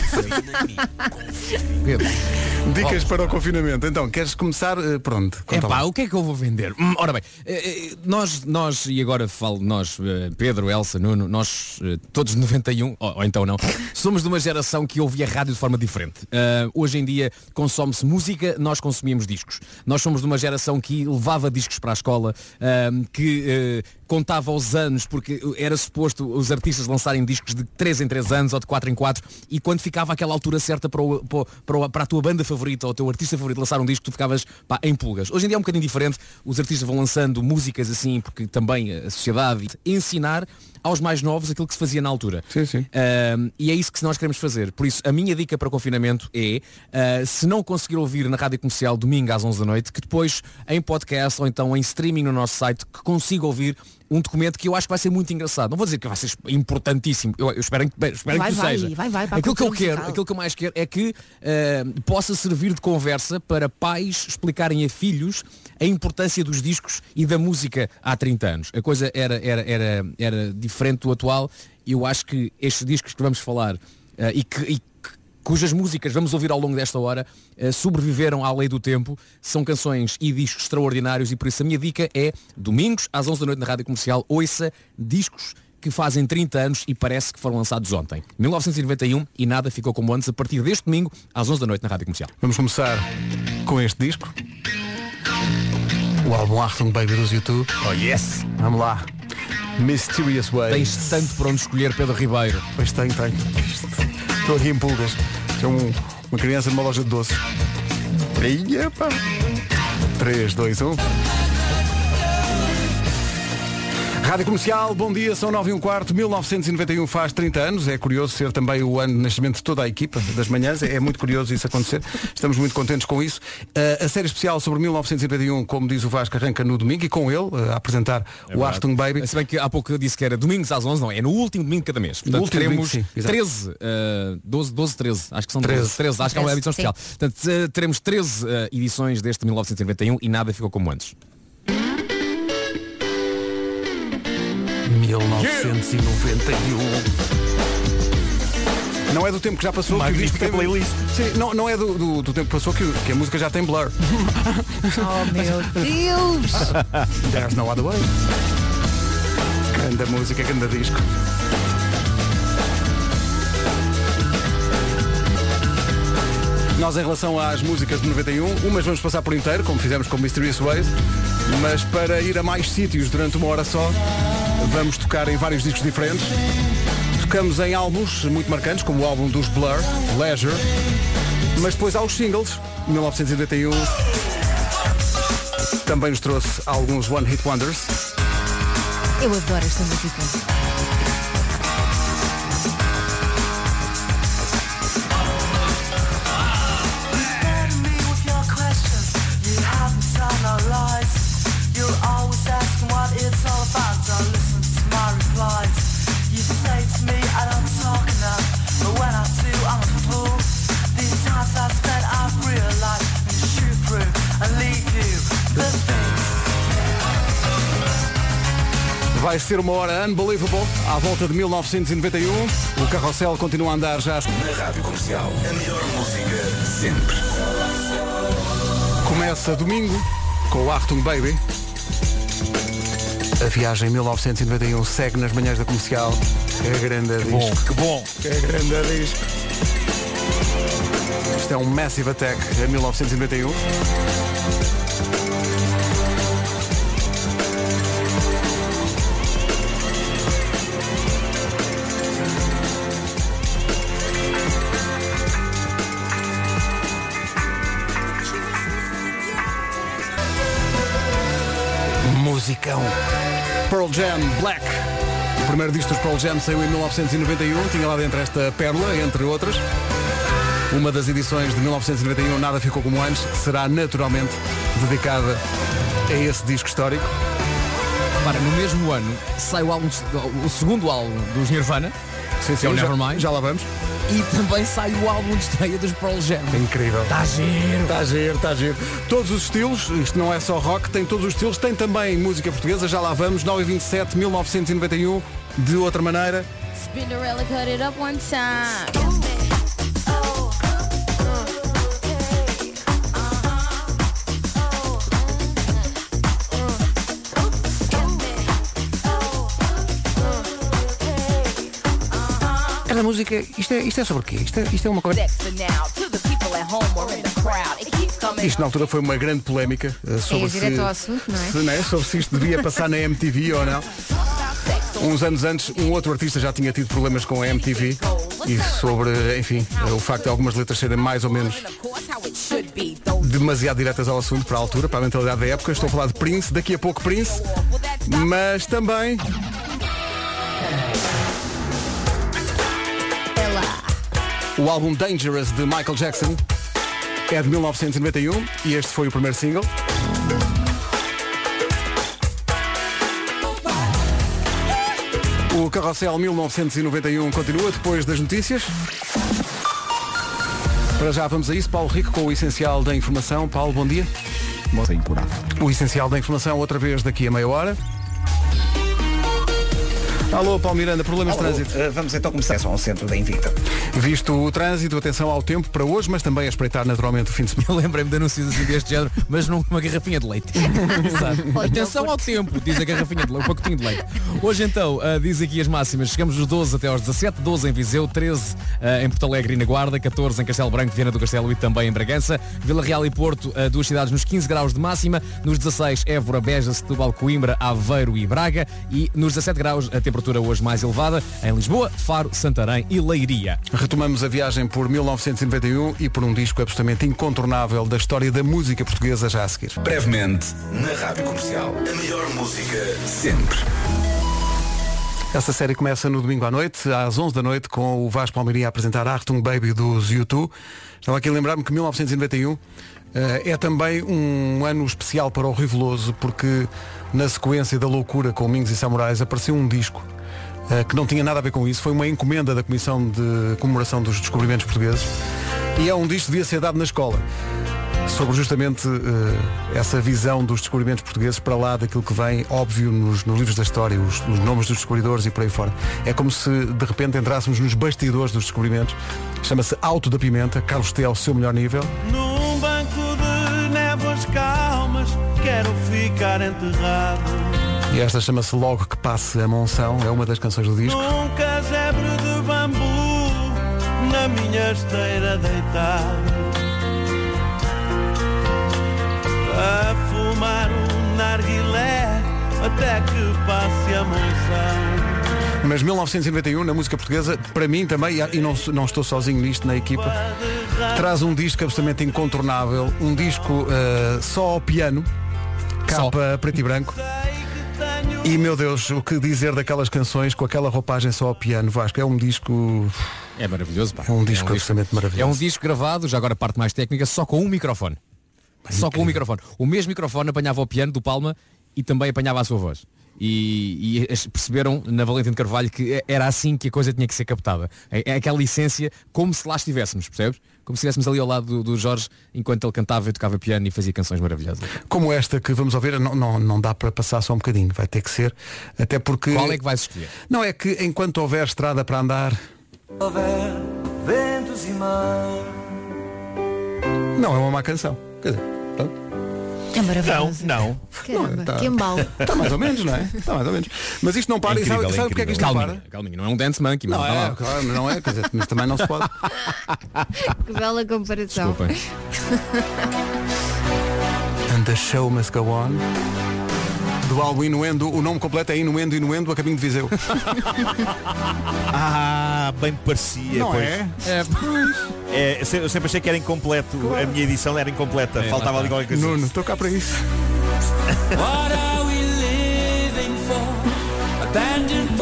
Speaker 7: Pedro.
Speaker 1: Dicas para o confinamento. Então, queres começar eh, por onde?
Speaker 7: É
Speaker 1: Conta lá.
Speaker 7: pá, o que é que eu vou vender? Hum, Ora bem, eh, eh, nós, nós, e agora falo nós, eh, Pedro, Elsa, Nuno, nós eh, todos de 91, ou, ou
Speaker 1: [LAUGHS]
Speaker 7: então não, somos de uma geração que ouvia rádio de forma diferente. Ah, hoje em dia consome-se música, nós consumimos discos. Nós somos de uma geração que levava discos para a escola, ah, que eh, contava os anos, porque era suposto os artistas lançarem discos de 3 em 3 anos ou de 4 em 4, e quando ficava aquela altura certa para, o- para o- para o- para a tua banda favorita ou o teu artista favorito lançar um disco, tu ficavas pá, em pulgas. Hoje em dia é um bocadinho diferente, os artistas vão lançando músicas assim, porque também a sociedade ensinar aos mais novos aquilo que se fazia na altura. Ahm, e é isso que nós queremos fazer. Por isso, a minha dica para o confinamento é, ah, se não conseguir ouvir na rádio comercial domingo às 11 da noite, que depois em podcast ou então em streaming no nosso site, que consiga ouvir um documento que eu acho que vai ser muito engraçado. Não vou dizer que vai ser importantíssimo. Eu, eu espero que, bem, espero
Speaker 3: Vai,
Speaker 7: que tu
Speaker 3: vai,
Speaker 7: seja.
Speaker 3: vai, vai para a
Speaker 7: aquilo que eu
Speaker 3: cultura
Speaker 7: quero,
Speaker 3: musical.
Speaker 7: aquilo que eu mais quero é que ah, possa servir de conversa para pais explicarem a filhos a importância dos discos e da música há 30 anos. A coisa era, era, era, era diferente do atual e eu acho que estes discos que vamos falar ah, e que- e que cujas músicas vamos ouvir ao longo desta hora eh, sobreviveram à lei do tempo, são canções e discos extraordinários e por isso a minha dica é domingos às 11 da noite na Rádio Comercial ouça discos que fazem 30 anos e parece que foram lançados ontem. 1991 e nada ficou como antes a partir deste domingo às 11 da noite na Rádio Comercial.
Speaker 1: Vamos começar com este disco. O álbum Achtung Baby dos YouTube.
Speaker 7: Oh yes!
Speaker 1: Vamos lá. Mysterious Ways.
Speaker 7: Tens tanto por onde escolher, Pedro Ribeiro.
Speaker 1: Pois tenho, tenho. Estou aqui em pulgas. Sou um- uma criança numa loja de doces. Eia, pá. 3, 2, 1. Rádio Comercial, bom dia, são 9 e um quarto, 1991 faz 30 anos, é curioso ser também o ano de nascimento de toda a equipa das manhãs, é muito curioso isso acontecer, estamos muito contentes com isso. Ah, a série especial sobre 1991, como diz o Vasco, arranca no domingo e com ele ah, a apresentar o
Speaker 7: verdade.
Speaker 1: Aston Baby.
Speaker 7: Se bem que há pouco eu disse que era domingos às 11, não, é no último domingo de cada mês. Portanto,
Speaker 1: último
Speaker 7: teremos
Speaker 1: domingo, sim, exato.
Speaker 7: 13, eh, 12, 12, 13, acho que são
Speaker 1: 13.
Speaker 7: 13, 13, acho que é uma
Speaker 1: 13,
Speaker 7: edição
Speaker 1: sim.
Speaker 7: especial. Portanto, eh, teremos 13 eh, edições deste 1991 e nada ficou como antes.
Speaker 1: 1991. Não é do tempo que já passou que o disco tem playlist. Sim, não, não é do, do- do tempo que passou que, o- que a música já tem blur.
Speaker 3: Oh meu Deus!
Speaker 1: There's no other way. Grande música, grande disco. Nós, em relação às músicas de 91, umas vamos passar por inteiro, como fizemos com Mysterious Ways, mas para ir a mais sítios durante uma hora só, vamos tocar em vários discos diferentes. Tocamos em álbuns muito marcantes, como o álbum dos Blur, Leisure, mas depois há os singles, 1991 também nos trouxe alguns One Hit Wonders.
Speaker 3: Eu adoro esta música.
Speaker 1: Vai ser uma hora unbelievable, à volta de 1991. O carrossel continua a andar já.
Speaker 14: Na Rádio Comercial, a melhor música sempre.
Speaker 1: Começa domingo com o Artung Baby. A viagem 1991 segue nas manhãs da comercial. Que grande
Speaker 14: bom,
Speaker 1: disco.
Speaker 14: que bom.
Speaker 1: Que grande disco. Isto é um Massive Attack a 1991. Musicão. Pearl Jam Black. O primeiro disco dos Pearl Jam saiu em 1991. Tinha lá dentro esta pérola, entre outras. Uma das edições de 1991, Nada Ficou Como Antes, será naturalmente dedicada a esse disco histórico.
Speaker 7: Para, no mesmo ano sai o, álbum, o segundo álbum dos Nirvana,
Speaker 1: Sim,
Speaker 7: que é o
Speaker 1: já-
Speaker 7: Nevermind.
Speaker 1: Já lá vamos.
Speaker 7: E também sai o álbum de estreia dos Pearl Jam.
Speaker 1: Incrível.
Speaker 7: Está giro.
Speaker 1: Está Tá giro, está giro. Todos os estilos, isto não é só rock, tem todos os estilos, tem também música portuguesa, já lá vamos, 927, 1991, de outra maneira.
Speaker 15: Spinderella cut it up one time.
Speaker 1: Cada música, isto é, isto é sobre o quê? Isto é, isto é uma coisa.
Speaker 15: Sex for now to the people at home or in the crowd. It keeps coming.
Speaker 1: Isto na altura foi uma grande polémica eh, sobre
Speaker 15: É, direto
Speaker 1: se,
Speaker 15: ao assunto, não é?
Speaker 1: se, né, sobre se isto devia passar na MTV ou não. Uns anos antes, um outro artista já tinha tido problemas com a MTV e sobre, enfim, eh, o facto de algumas letras serem mais ou menos
Speaker 15: Of course, how it should be. Though
Speaker 1: demasiado diretas ao assunto para a altura, para a mentalidade da época. Estou a falar de Prince, daqui a pouco Prince, mas também o álbum Dangerous de Michael Jackson é de 1991 e este foi o primeiro single. O Carrossel 1991 continua depois das notícias. Para já vamos a isso, Paulo Rico com o essencial da informação. Paulo, bom dia. Bom dia, O essencial da informação outra vez daqui a meia hora. Alô, Paulo Miranda, problemas de trânsito.
Speaker 16: vamos então começar só ao centro da Invicta.
Speaker 1: Visto o trânsito, atenção ao tempo para hoje, mas também a espreitar naturalmente o fim de semana. [LAUGHS]
Speaker 7: Eu [LAUGHS] lembrei-me de anúncios assim deste género, mas numa garrafinha de leite. Exato. Atenção ao tempo, diz a garrafinha de leite, um pacotinho de leite. Hoje então, ah, diz aqui as máximas, chegamos dos 12 até aos 17, 12 em Viseu, 13 ah, em Porto Alegre e na Guarda, 14 em Castelo Branco, Viana do Castelo e também em Bragança, Vila Real e Porto, ah, duas cidades nos 15 graus de máxima, nos 16 Évora, Beja, Setúbal, Coimbra, Aveiro e Braga e nos 17 graus a temperatura hoje mais elevada em Lisboa, Faro, Santarém e Leiria.
Speaker 1: Retomamos a viagem por 1991 e por um disco absolutamente incontornável da história da música portuguesa já a seguir.
Speaker 14: Brevemente, na Rádio Comercial, a melhor música sempre.
Speaker 1: Essa série começa no domingo à noite, às 11 da noite, com o Vasco Palmeirinho a apresentar Artung Baby dos U2. Estava aqui a lembrar-me que 1991 eh, é também um ano especial para o Riveloso, porque na sequência da loucura com Mingos e Samurais apareceu um disco eh, que não tinha nada a ver com isso, foi uma encomenda da Comissão de Comemoração dos Descobrimentos Portugueses e é um disco que devia ser dado na escola sobre justamente eh, essa visão dos descobrimentos portugueses para lá daquilo que vem óbvio nos, nos livros da história, os, os nomes dos descobridores e por aí fora. É como se de repente entrássemos nos bastidores dos descobrimentos. Chama-se Alto da Pimenta, Carlos T ao seu melhor nível.
Speaker 4: Num Um banco de névoas calmas, quero ficar enterrado.
Speaker 1: E esta chama-se Logo que Passe a Monção, é uma das canções do disco.
Speaker 4: Num casebre de bambu, na minha esteira deitado. A fumar um narguilé, até que passe a monção.
Speaker 1: Mas 1991, na música portuguesa, para mim também, e não, não estou sozinho nisto na equipa, traz um disco absolutamente incontornável, um disco eh, só ao piano, capa preto e branco. E meu Deus, o que dizer daquelas canções com aquela roupagem só ao piano, Vasco? É um disco.
Speaker 7: É maravilhoso, pá.
Speaker 1: É um disco absolutamente maravilhoso.
Speaker 7: É um disco gravado, já agora a parte mais técnica, só com um microfone. Só com um microfone. O mesmo microfone apanhava o piano do Palma e também apanhava a sua voz. E, e as- perceberam na Valentim de Carvalho que era assim que a coisa tinha que ser captada. É é aquela licença como se lá estivéssemos, percebes? Como se estivéssemos ali ao lado do, do Jorge enquanto ele cantava e tocava piano e fazia canções maravilhosas.
Speaker 1: Como esta que vamos ouvir, não, não, não dá para passar só um bocadinho, vai ter que ser. Até porque.
Speaker 7: Qual é que vais escolher?
Speaker 1: Não é que enquanto houver estrada para andar.
Speaker 17: Houver ventos e mar.
Speaker 1: Não é uma má canção. Quer dizer, pronto.
Speaker 3: É maravilhoso.
Speaker 12: Não, não.
Speaker 3: Caramba,
Speaker 1: Não, tá-
Speaker 3: que mal.
Speaker 1: Está mais ou menos, não é? Está mais ou menos. Mas isto não para.
Speaker 7: É
Speaker 1: e sabe,
Speaker 7: incrível, é
Speaker 1: sabe porque é que isto
Speaker 7: incrível.
Speaker 1: não para?
Speaker 7: Calminha, calminha, não é um dance monkey, mas
Speaker 1: Não
Speaker 7: vá
Speaker 1: é,
Speaker 7: lá.
Speaker 1: claro, não é, quer dizer, mas também não se pode.
Speaker 3: Que bela comparação.
Speaker 1: And the show must go on. Do álbum Inuendo, o nome completo é Inuendo, Inuendo, a caminho de Viseu.
Speaker 12: Ah, bem parecia.
Speaker 1: Não
Speaker 12: pois.
Speaker 1: é?
Speaker 12: É, eu se- eu sempre achei que era incompleto. A minha edição era incompleta.
Speaker 1: É,
Speaker 12: Faltava
Speaker 1: lá
Speaker 12: ali
Speaker 1: está.
Speaker 12: qualquer coisa.
Speaker 1: Nuno, estou cá para isso.
Speaker 4: What are we living for? A tangent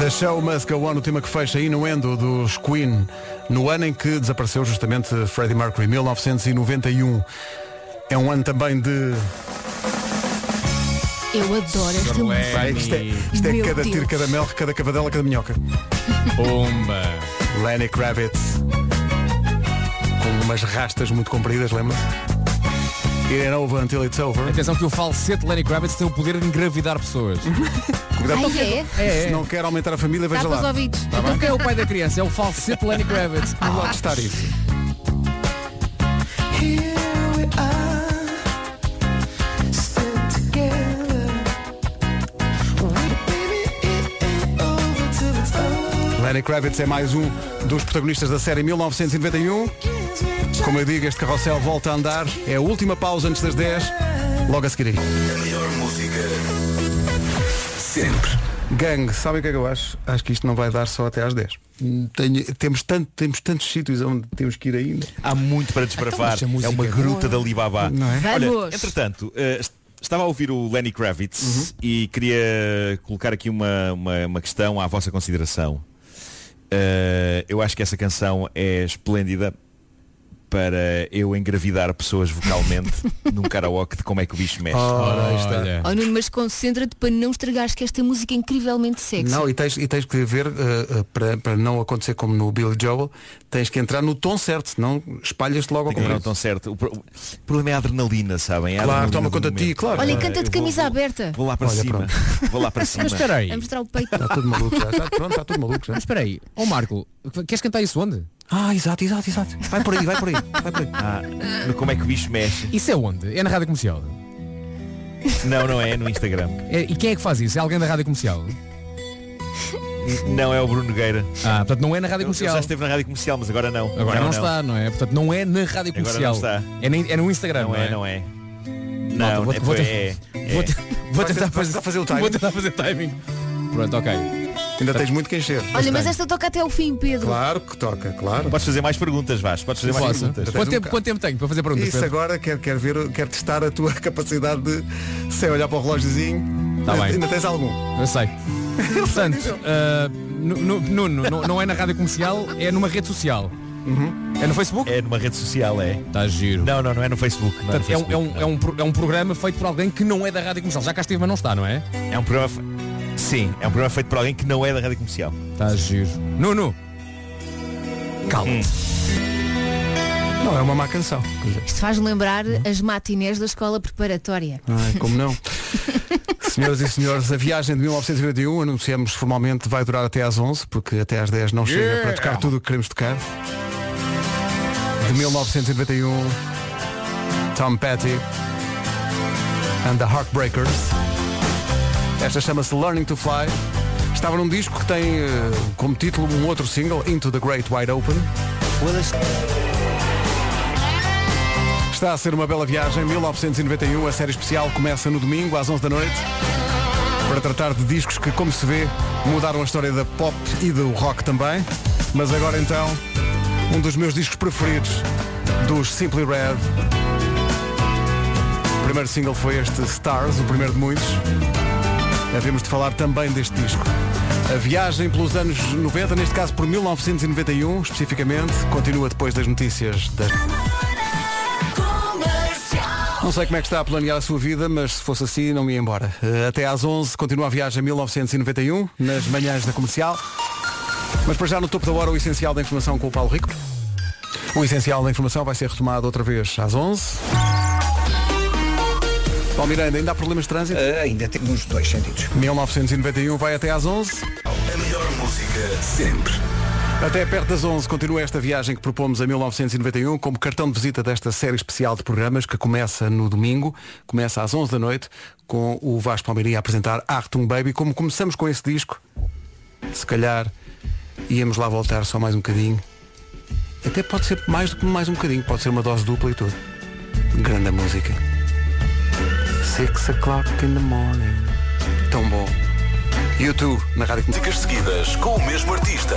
Speaker 1: The Show Must Go On, o tema que fecha Inuendo dos Queen, no ano em que desapareceu justamente Freddie Mercury, 1991. É um ano também de...
Speaker 3: Eu adoro esta música.
Speaker 1: Vai, Isto é, isto é
Speaker 3: Meu
Speaker 1: cada tiro,
Speaker 3: Deus.
Speaker 1: cada mel, cada cavadela, cada minhoca.
Speaker 7: Bomba!
Speaker 1: Lenny Kravitz. Com umas rastas muito compridas, lembra-se? It ain't over until it's over.
Speaker 7: Atenção que o falsete Lenny Kravitz tem o poder de engravidar pessoas.
Speaker 1: Cuidado,
Speaker 3: Ai, é?
Speaker 1: Se não quer aumentar a família, veja
Speaker 3: Tapa os
Speaker 1: lá.
Speaker 3: ouvidos.
Speaker 1: Tá bem?
Speaker 7: Então quem é o pai da criança? É o falsete Lenny Kravitz.
Speaker 12: Ah,
Speaker 1: Não pode estar isso. Lenny Kravitz é mais um dos protagonistas da série 1991. Como eu digo, este carrossel volta a andar. É a última pausa antes das 10. Logo a seguir aí.
Speaker 14: A melhor música sempre.
Speaker 1: Gang, sabem o que é que eu acho? Acho que isto não vai dar só até às 10. Hum, tenho- temos, tanto, temos tantos sítios onde temos que ir ainda.
Speaker 12: Há muito para desbravar.
Speaker 1: Então, mas a
Speaker 12: é uma
Speaker 1: música é
Speaker 12: gruta da
Speaker 1: boa.
Speaker 12: Alibaba.
Speaker 1: Não é?
Speaker 12: Olha,
Speaker 1: Vamos.
Speaker 12: entretanto, eh, est- estava a ouvir o Lenny
Speaker 1: Uhum.
Speaker 12: Kravitz e queria colocar aqui uma, uma, uma questão à vossa consideração. Eh, eu acho que essa canção é esplêndida para eu engravidar pessoas
Speaker 1: [LAUGHS]
Speaker 12: vocalmente num karaoke de como é que o bicho mexe.
Speaker 1: Ora, aí está.
Speaker 3: Oh, Nuno, mas concentra-te para não estragares que esta música é incrivelmente sexy.
Speaker 1: Não, e tens, e tens que ver, eh, eh, para, para não acontecer como no Billy Joel, tens que entrar no tom certo, senão espalhas-te logo ao
Speaker 12: Tem que entrar
Speaker 1: comprar
Speaker 12: no tom certo. O, pro- o problema é a adrenalina, sabem? É a
Speaker 1: Claro,
Speaker 12: adrenalina
Speaker 1: toma
Speaker 12: do
Speaker 1: conta de ti,
Speaker 12: momento.
Speaker 1: claro.
Speaker 3: Olha,
Speaker 12: Eu
Speaker 3: canta de
Speaker 12: vou-
Speaker 3: camisa
Speaker 12: vou-
Speaker 3: aberta.
Speaker 12: Vou lá para
Speaker 1: Olha,
Speaker 12: cima. Vou lá para cima.
Speaker 7: Mas espera aí.
Speaker 3: A mostrar o peito.
Speaker 1: Está Tá tudo maluco, já. está, pronto, está tudo maluco. Já.
Speaker 7: Mas espera aí, ó Marco, queres cantar isso onde?
Speaker 1: Ah, exato, exato, exato. Vai por aí, vai por aí. Vai por aí.
Speaker 12: Ah, no como é que o bicho mexe?
Speaker 7: Isso é onde? É na rádio comercial.
Speaker 12: Não, não é, é no Instagram.
Speaker 7: É- e quem é que faz isso? É alguém da rádio comercial?
Speaker 12: N- Não é o Bruno Nogueira.
Speaker 7: Ah, portanto não é na rádio
Speaker 12: Ele- ele
Speaker 7: comercial.
Speaker 12: já esteve na rádio comercial, mas agora não.
Speaker 7: Agora não, está, não é? Portanto não é na rádio
Speaker 12: Agora
Speaker 7: comercial.
Speaker 12: não está.
Speaker 7: É, na- é no Instagram.
Speaker 12: Não é, não é.
Speaker 7: Malta,
Speaker 12: Não,
Speaker 7: vou,
Speaker 12: é-
Speaker 7: vou,
Speaker 12: é- é-
Speaker 7: vou- vou
Speaker 1: Vai
Speaker 7: tentar
Speaker 1: tentar-
Speaker 7: fazer,
Speaker 1: vai fazer o timing.
Speaker 7: Vou tentar fazer timing. Pronto, ok.
Speaker 1: Ainda tens muito que encher.
Speaker 3: Olha, mas esta toca até ao fim, Pedro.
Speaker 1: Claro que toca, claro.
Speaker 12: Podes fazer mais perguntas, Vasco. Podes fazer mais
Speaker 7: Posso?
Speaker 12: perguntas.
Speaker 7: Quanto
Speaker 1: um
Speaker 7: tempo,
Speaker 1: bocado.
Speaker 7: quanto tempo tenho para fazer perguntas?
Speaker 1: Isso
Speaker 7: Pedro?
Speaker 1: agora quer, quer ver, quer testar a tua [LAUGHS] capacidade de sem olhar para o relógiozinho.
Speaker 7: Tá
Speaker 1: ainda,
Speaker 7: bem.
Speaker 1: ainda tens algum.
Speaker 7: Eu sei. Portanto, ah, nu- nu- Nuno, não, não é na rádio comercial, é numa rede social. É no Facebook?
Speaker 12: É numa rede social, é.
Speaker 7: Está giro.
Speaker 12: Não, não, não é no Facebook. Não é, no
Speaker 7: Portanto, é, um, é,
Speaker 12: Facebook,
Speaker 7: um, é, um, pro- é um programa feito por alguém que não é da rádio comercial. Já cá esteve, mas não está, não é?
Speaker 12: não. É um programa. fe- Sim, é um programa feito por alguém que não é da rádio comercial.
Speaker 7: Está Tá giro. Nuno!
Speaker 12: Hum.
Speaker 7: Calma.
Speaker 1: Não, é uma má canção.
Speaker 3: Isto faz-me lembrar as matinés da escola preparatória.
Speaker 1: Ai, como não? Senhoras e senhores, a viagem de 1981, anunciamos formalmente, vai durar até às 11, porque até às 10 não chega
Speaker 7: Yeah.
Speaker 1: para tocar tudo o que queremos tocar. De 1991, Tom Petty and the Heartbreakers. Esta chama-se Learning to Fly. Estava num disco que tem eh, como título um outro single, Into the Great Wide Open. Está a ser uma bela viagem. 1991, a série especial começa no domingo às 11 da noite para tratar de discos que, como se vê, mudaram a história da pop e do rock também. Mas agora então, um dos meus discos preferidos dos Simply Red. O primeiro single foi este Stars, o primeiro de muitos. Havemos de falar também deste disco. A viagem pelos anos 90, neste caso por 1991 especificamente, continua depois das notícias das não sei como é que está a planear a sua vida, mas se fosse assim, não me ia embora. Eh, Até às 11, continua a viagem 1991, nas manhãs da comercial. Mas para já, no topo da hora, o essencial da informação com o Paulo Rico. O essencial da informação vai ser retomado outra vez às 11. Paulo Miranda, ainda há problemas de trânsito?
Speaker 16: Ah, ainda temos dois sentidos.
Speaker 1: 1991 vai até às 11.
Speaker 14: A melhor música sempre.
Speaker 1: Até perto das 11 continua esta viagem que propomos a 1991 como cartão de visita desta série especial de programas que começa no domingo, começa às 11 da noite com o Vasco Palmeirinho a apresentar Artung Baby. Como começamos com esse disco, se calhar íamos lá voltar só mais um bocadinho. Até pode ser mais do que mais um bocadinho, pode ser uma dose dupla e tudo. Grande música. Six o'clock in the morning. Tão bom. YouTube na Rádio Comercial.
Speaker 14: Músicas seguidas com o mesmo artista.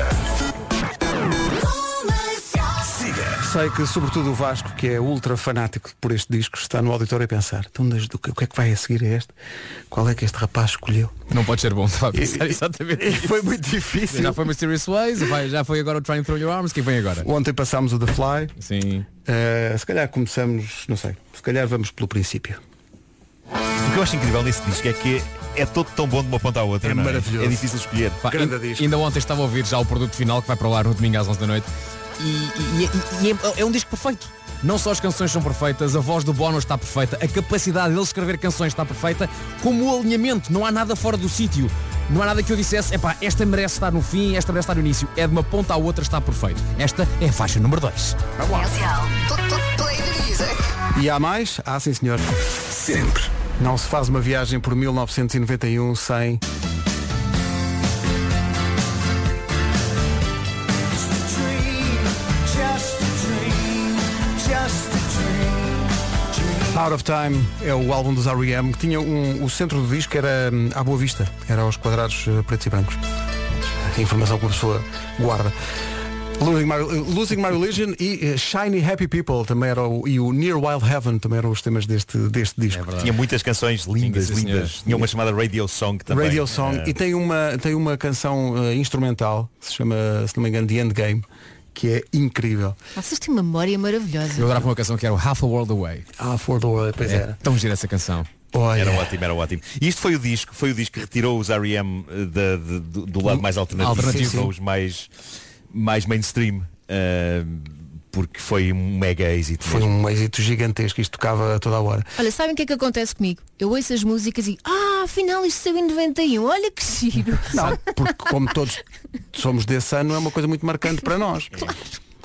Speaker 14: Siga.
Speaker 1: Sei que, sobretudo, o Vasco, que é ultra fanático por este disco, está no auditório a pensar: então, mas do que- o que é que vai a seguir a este? Qual é que este rapaz escolheu? [LAUGHS]
Speaker 7: Não pode ser bom, [LAUGHS] estava a pensar exatamente.
Speaker 1: E
Speaker 7: isso.
Speaker 1: foi muito difícil.
Speaker 7: Já foi Mysterious Ways, vai- já foi agora o Trying to Throw Your Arms, quem vem agora?
Speaker 1: Ontem passámos o The Fly.
Speaker 7: Sim.
Speaker 1: Eh, se calhar começamos, não sei, se calhar vamos pelo princípio.
Speaker 12: O que eu acho incrível nesse disco é que é todo tão bom de uma ponta à outra.
Speaker 1: É
Speaker 12: não
Speaker 1: maravilhoso.
Speaker 12: É difícil escolher.
Speaker 7: Pá,
Speaker 1: Grande
Speaker 7: ain-
Speaker 1: disco.
Speaker 7: Ainda ontem estava a ouvir já o produto final que vai para o ar no domingo às 11 da noite. E, e- e- e é, é um disco perfeito. Não só as canções são perfeitas, a voz do Bono está perfeita, a capacidade dele escrever canções está perfeita, como o alinhamento, não há nada fora do sítio. Não há nada que eu dissesse, epá, esta merece estar no fim, esta merece estar no início. É de uma ponta à outra, está perfeito. Esta é a faixa número 2.
Speaker 1: E há mais? Ah, sim, senhor.
Speaker 14: Sempre.
Speaker 1: Não se faz uma viagem por 1991 sem. Out of Time é o álbum dos R.E.M. que tinha um, o centro do disco era hum, à boa vista, era aos quadrados eh, pretos e brancos. A informação que uma pessoa guarda. Losing My, Losing My Religion e eh, Shiny Happy People também era o, e o Near Wild Heaven também eram os temas deste, deste disco.
Speaker 12: Tinha muitas canções lindas,
Speaker 7: sim, senhora.
Speaker 12: lindas. Tinha uma chamada Radio Song também.
Speaker 1: Radio Song
Speaker 12: Eh,
Speaker 1: e tem uma, tem uma canção eh, instrumental que se chama, se não me engano, The Endgame que é incrível.
Speaker 3: Vocês têm uma memória maravilhosa.
Speaker 7: Eu adorava uma canção que era o Half a World Away.
Speaker 1: Half a Ah, World Away, pois
Speaker 7: é,
Speaker 1: era.
Speaker 7: Tão gira essa canção.
Speaker 1: Olha.
Speaker 12: Era ótimo, era ótimo. E isto foi o disco, foi o disco que retirou os R.E.M. eh, da- de- do, do lado mais alternativo,
Speaker 7: alternativo.
Speaker 12: para os mais, mais mainstream. ah, porque foi um mega êxito.
Speaker 1: Foi um êxito gigantesco, isto tocava a toda a hora.
Speaker 3: Olha, sabem o que é que acontece comigo? Eu ouço as músicas e, ah, afinal isto saiu em 91, olha que
Speaker 1: [LAUGHS]
Speaker 3: giro.
Speaker 1: Sabe? Porque como todos somos desse ano, é uma coisa muito marcante para nós.
Speaker 12: É.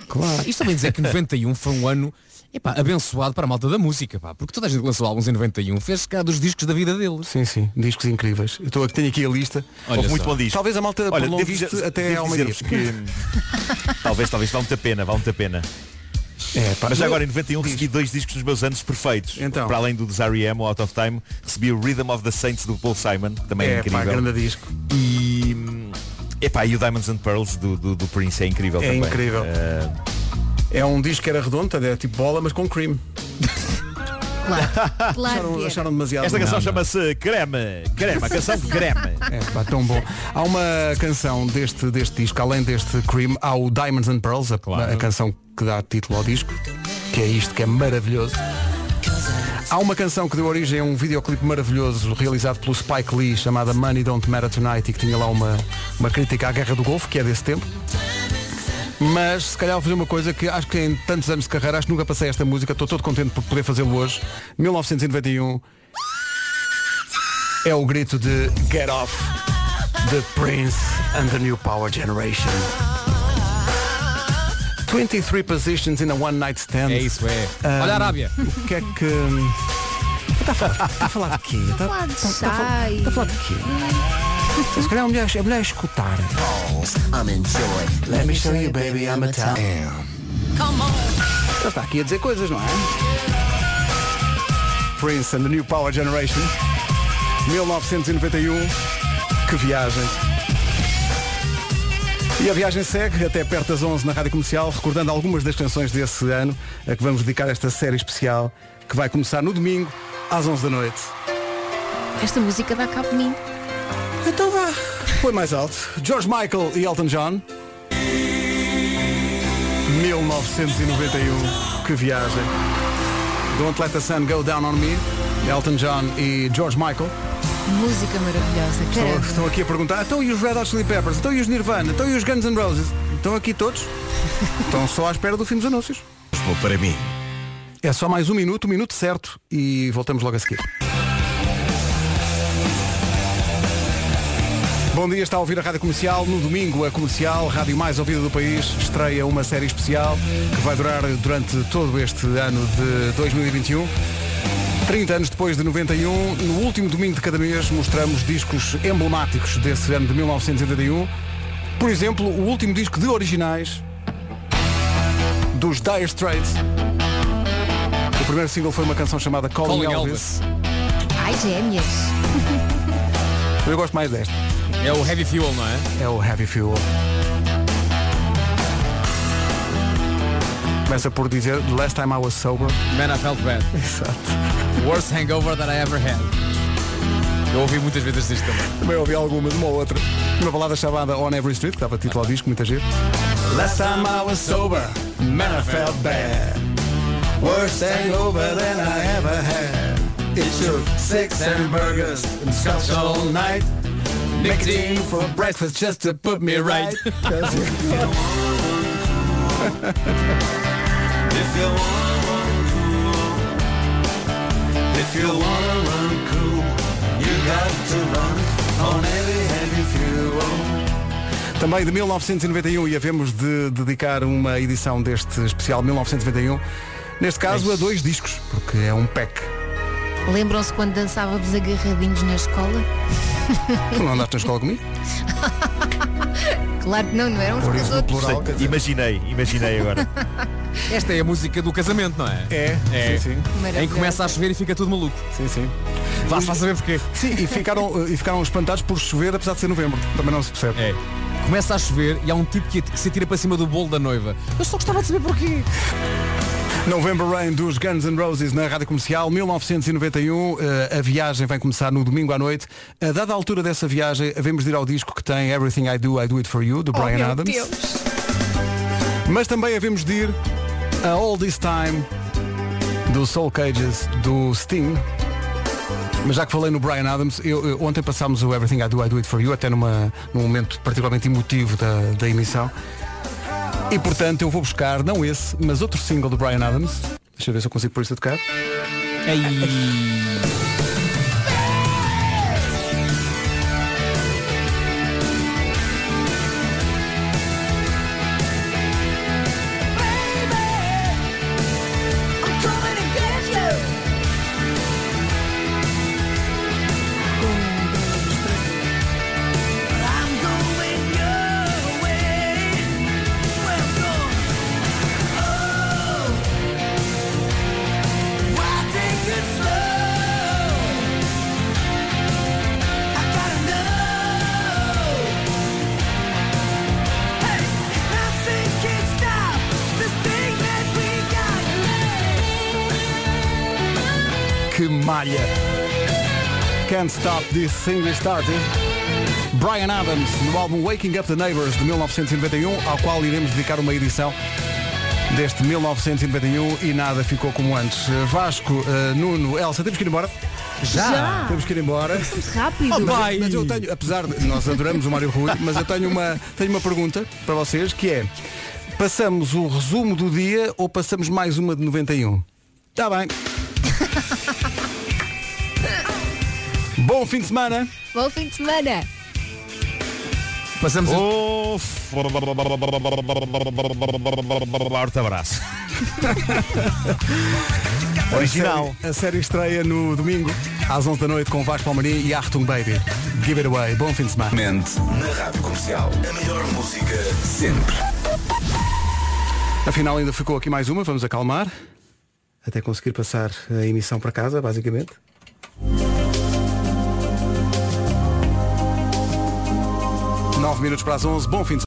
Speaker 1: Claro.
Speaker 7: Isto também dizer que 91 foi um ano epá, abençoado para a malta da música, pá, porque toda a gente que lançou álbuns em 91, fez cá dos discos da vida deles.
Speaker 1: Sim, sim, discos incríveis. Eu estou aqui, tenho aqui a lista.
Speaker 12: Olha
Speaker 1: Houve
Speaker 12: só.
Speaker 1: Talvez a malta
Speaker 12: Olha,
Speaker 1: prolongue
Speaker 12: devo
Speaker 1: isto
Speaker 12: dizer-
Speaker 1: até
Speaker 12: devo
Speaker 1: ao meio
Speaker 12: dizer-vos que- Talvez, talvez, vale muito a pena, vale muito a pena.
Speaker 1: É, pá,
Speaker 12: Mas já
Speaker 1: eu-
Speaker 12: agora em 91 recebi dois discos dos meus anos perfeitos.
Speaker 1: Então.
Speaker 12: Para além do dos R.E.M. o Out of Time, recebi o Rhythm of the Saints do Paul Simon, que também é,
Speaker 1: É, pá,
Speaker 12: incrível.
Speaker 1: grande disco.
Speaker 12: E, epá, e o Diamonds and Pearls do, do, do Prince é incrível
Speaker 1: É
Speaker 12: também.
Speaker 1: incrível.
Speaker 12: Eh,
Speaker 1: É um disco que era redondo, era tipo bola, mas com cream.
Speaker 3: Claro,
Speaker 1: Acharam,
Speaker 3: claro que é." era.
Speaker 1: acharam demasiado.
Speaker 12: esta canção chama-se Creme. Creme, a canção Creme.
Speaker 1: É, pá, tão bom. Há uma canção deste, deste disco, além deste Cream, há o Diamonds and Pearls, a, a canção que dá título ao disco, que é isto, que é maravilhoso. Há uma canção que deu origem a um videoclipe maravilhoso realizado pelo Spike Lee, chamada Money Don't Matter Tonight, e que tinha lá uma, uma crítica à Guerra do Golfo, que é desse tempo. Mas se calhar vou fazer uma coisa que acho que em tantos anos de carreira acho que nunca passei esta música, estou todo contente por poder fazê-lo hoje. 1991 é o grito de Get Off The Prince and the New Power Generation. 23 positions in a one night stand.
Speaker 7: É isso, é.
Speaker 1: Ahm,
Speaker 7: Olha a Arábia.
Speaker 1: O que é que. Está a falar, está a falar de quê? Está
Speaker 3: Falar de
Speaker 1: está- está tá- a falar-
Speaker 3: chá e-
Speaker 1: está a falar de quê? Se calhar é melhor, é melhor escutar. Let me show you, baby, I'm a town. Ele está aqui a dizer coisas, não é? Prince and the New Power Generation, 1991. Que viagem! E a viagem segue até perto das 11 na Rádio Comercial, recordando algumas das canções desse ano a que vamos dedicar esta série especial que vai começar no domingo às 11 da noite.
Speaker 3: Esta música dá cabo de mim.
Speaker 1: Então vá. Foi mais alto. George Michael e Elton John. 1991. Que viagem. Don't Let the Sun Go Down on Me. Elton John e George Michael.
Speaker 3: Música maravilhosa.
Speaker 1: Estão,
Speaker 3: Caramba.
Speaker 1: estão aqui a perguntar. Estão e os Red Hot Chili Peppers? Estão e os Nirvana? Estão e os Guns N' Roses? Estão aqui todos? Estão só à espera do fim dos anúncios.
Speaker 14: Estou para mim.
Speaker 1: É só mais um minuto, o minuto certo e voltamos logo a seguir. Bom dia, está a ouvir a Rádio Comercial. No domingo, a Comercial, rádio mais ouvida do país, estreia uma série especial que vai durar durante todo este ano de 2021. 30 anos depois de 91, no último domingo de cada mês, mostramos discos emblemáticos desse ano de 1981. Por exemplo, o último disco de originais dos Dire Straits. O primeiro single foi uma canção chamada Calling,
Speaker 7: Calling
Speaker 1: Elvis.
Speaker 3: Ai, gêmeas.
Speaker 1: Eu gosto mais desta.
Speaker 7: É o Heavy Fuel, não é?
Speaker 1: É o Heavy Fuel. Começa por dizer The Last Time I Was Sober.
Speaker 7: Man I Felt Bad. Exato. Worst hangover that I ever had. Eu ouvi muitas vezes isto também.
Speaker 1: Também ouvi algumas, uma ou outra. Uma balada chamada On Every Street, que dava título ao disco, muita gente. Last time I was sober, man I felt bad. Worst hangover than I ever had. It took six hamburgers and scotch all night. Nicotine for breakfast just to put
Speaker 14: [LAUGHS]
Speaker 1: me right.
Speaker 14: If you wanna run cool, if you wanna run cool, you got to run on every heavy fuel.
Speaker 1: Também de 1991 e havemos de dedicar uma edição deste especial 1991. Neste
Speaker 14: É
Speaker 1: caso a dois discos, porque é um pack.
Speaker 3: Lembram-se quando dançávamos agarradinhos na escola?
Speaker 1: Tu não andaste na escola comigo?
Speaker 3: Claro que não, não eram uns com os outros.
Speaker 12: Sei,
Speaker 1: é.
Speaker 12: imaginei, imaginei agora.
Speaker 7: Esta é a música do casamento, não é?
Speaker 1: É,
Speaker 7: É.
Speaker 1: sim, sim.
Speaker 7: Em
Speaker 3: Maravilhoso.
Speaker 7: que começa a chover e fica tudo maluco.
Speaker 1: Sim, sim.
Speaker 7: Vá lá saber porquê.
Speaker 1: Sim, e ficaram, e ficaram espantados por chover, apesar de ser novembro. Também não se percebe.
Speaker 7: É. Começa a chover e há um tipo que, que se atira para cima do bolo da noiva. Eu só gostava de saber porquê.
Speaker 1: November Rain dos Guns N' Roses na Rádio Comercial, 1991. Eh, a viagem vai começar no domingo à noite. A dada a altura dessa
Speaker 7: Oh,
Speaker 1: viagem, havemos de ir ao disco que tem Everything I Do, I Do It For You, do Brian
Speaker 3: meu
Speaker 1: Adams.
Speaker 3: Deus.
Speaker 1: Mas também havemos de ir a All This Time do Soul Cages do Sting. Mas já que falei no Brian Adams, eu- eu- ontem passámos o Everything I Do, I Do It For You, até numa, num momento particularmente emotivo da, da emissão. E portanto eu vou buscar, não esse, mas outro single do Brian Adams. Deixa eu ver se eu consigo pôr isto a tocar. Que malha! Can't Stop This Thing Is Started. Brian Adams, no álbum Waking Up the Neighbors de 1991, ao qual iremos dedicar uma edição deste 1991 e nada ficou como antes. Eh, Vasco, eh, Nuno, Elsa, temos que ir embora?
Speaker 3: Já. Já.
Speaker 1: Temos que ir embora.
Speaker 3: Estamos rápido.
Speaker 1: Oh, mas, eu- mas eu tenho, apesar de nós adoramos o Mário Rui, mas eu tenho uma, tenho uma pergunta para vocês que é: passamos o resumo do dia ou passamos mais uma de 91? Está Tá bem. [LAUGHS] Bom fim de semana.
Speaker 3: Bom fim de semana.
Speaker 7: Passamos
Speaker 12: oh, Forte abraço. Original.
Speaker 1: A série, a série estreia no domingo, às 11 da noite, com Vasco Palmarim e Artung Baby. Give it away. Bom fim de semana.
Speaker 16: Na Rádio Comercial, a melhor música sempre.
Speaker 1: Afinal, ainda ficou aqui mais uma, vamos acalmar. Até conseguir passar a emissão para casa, basicamente. Nove minutos para as 11, bom fim de semana.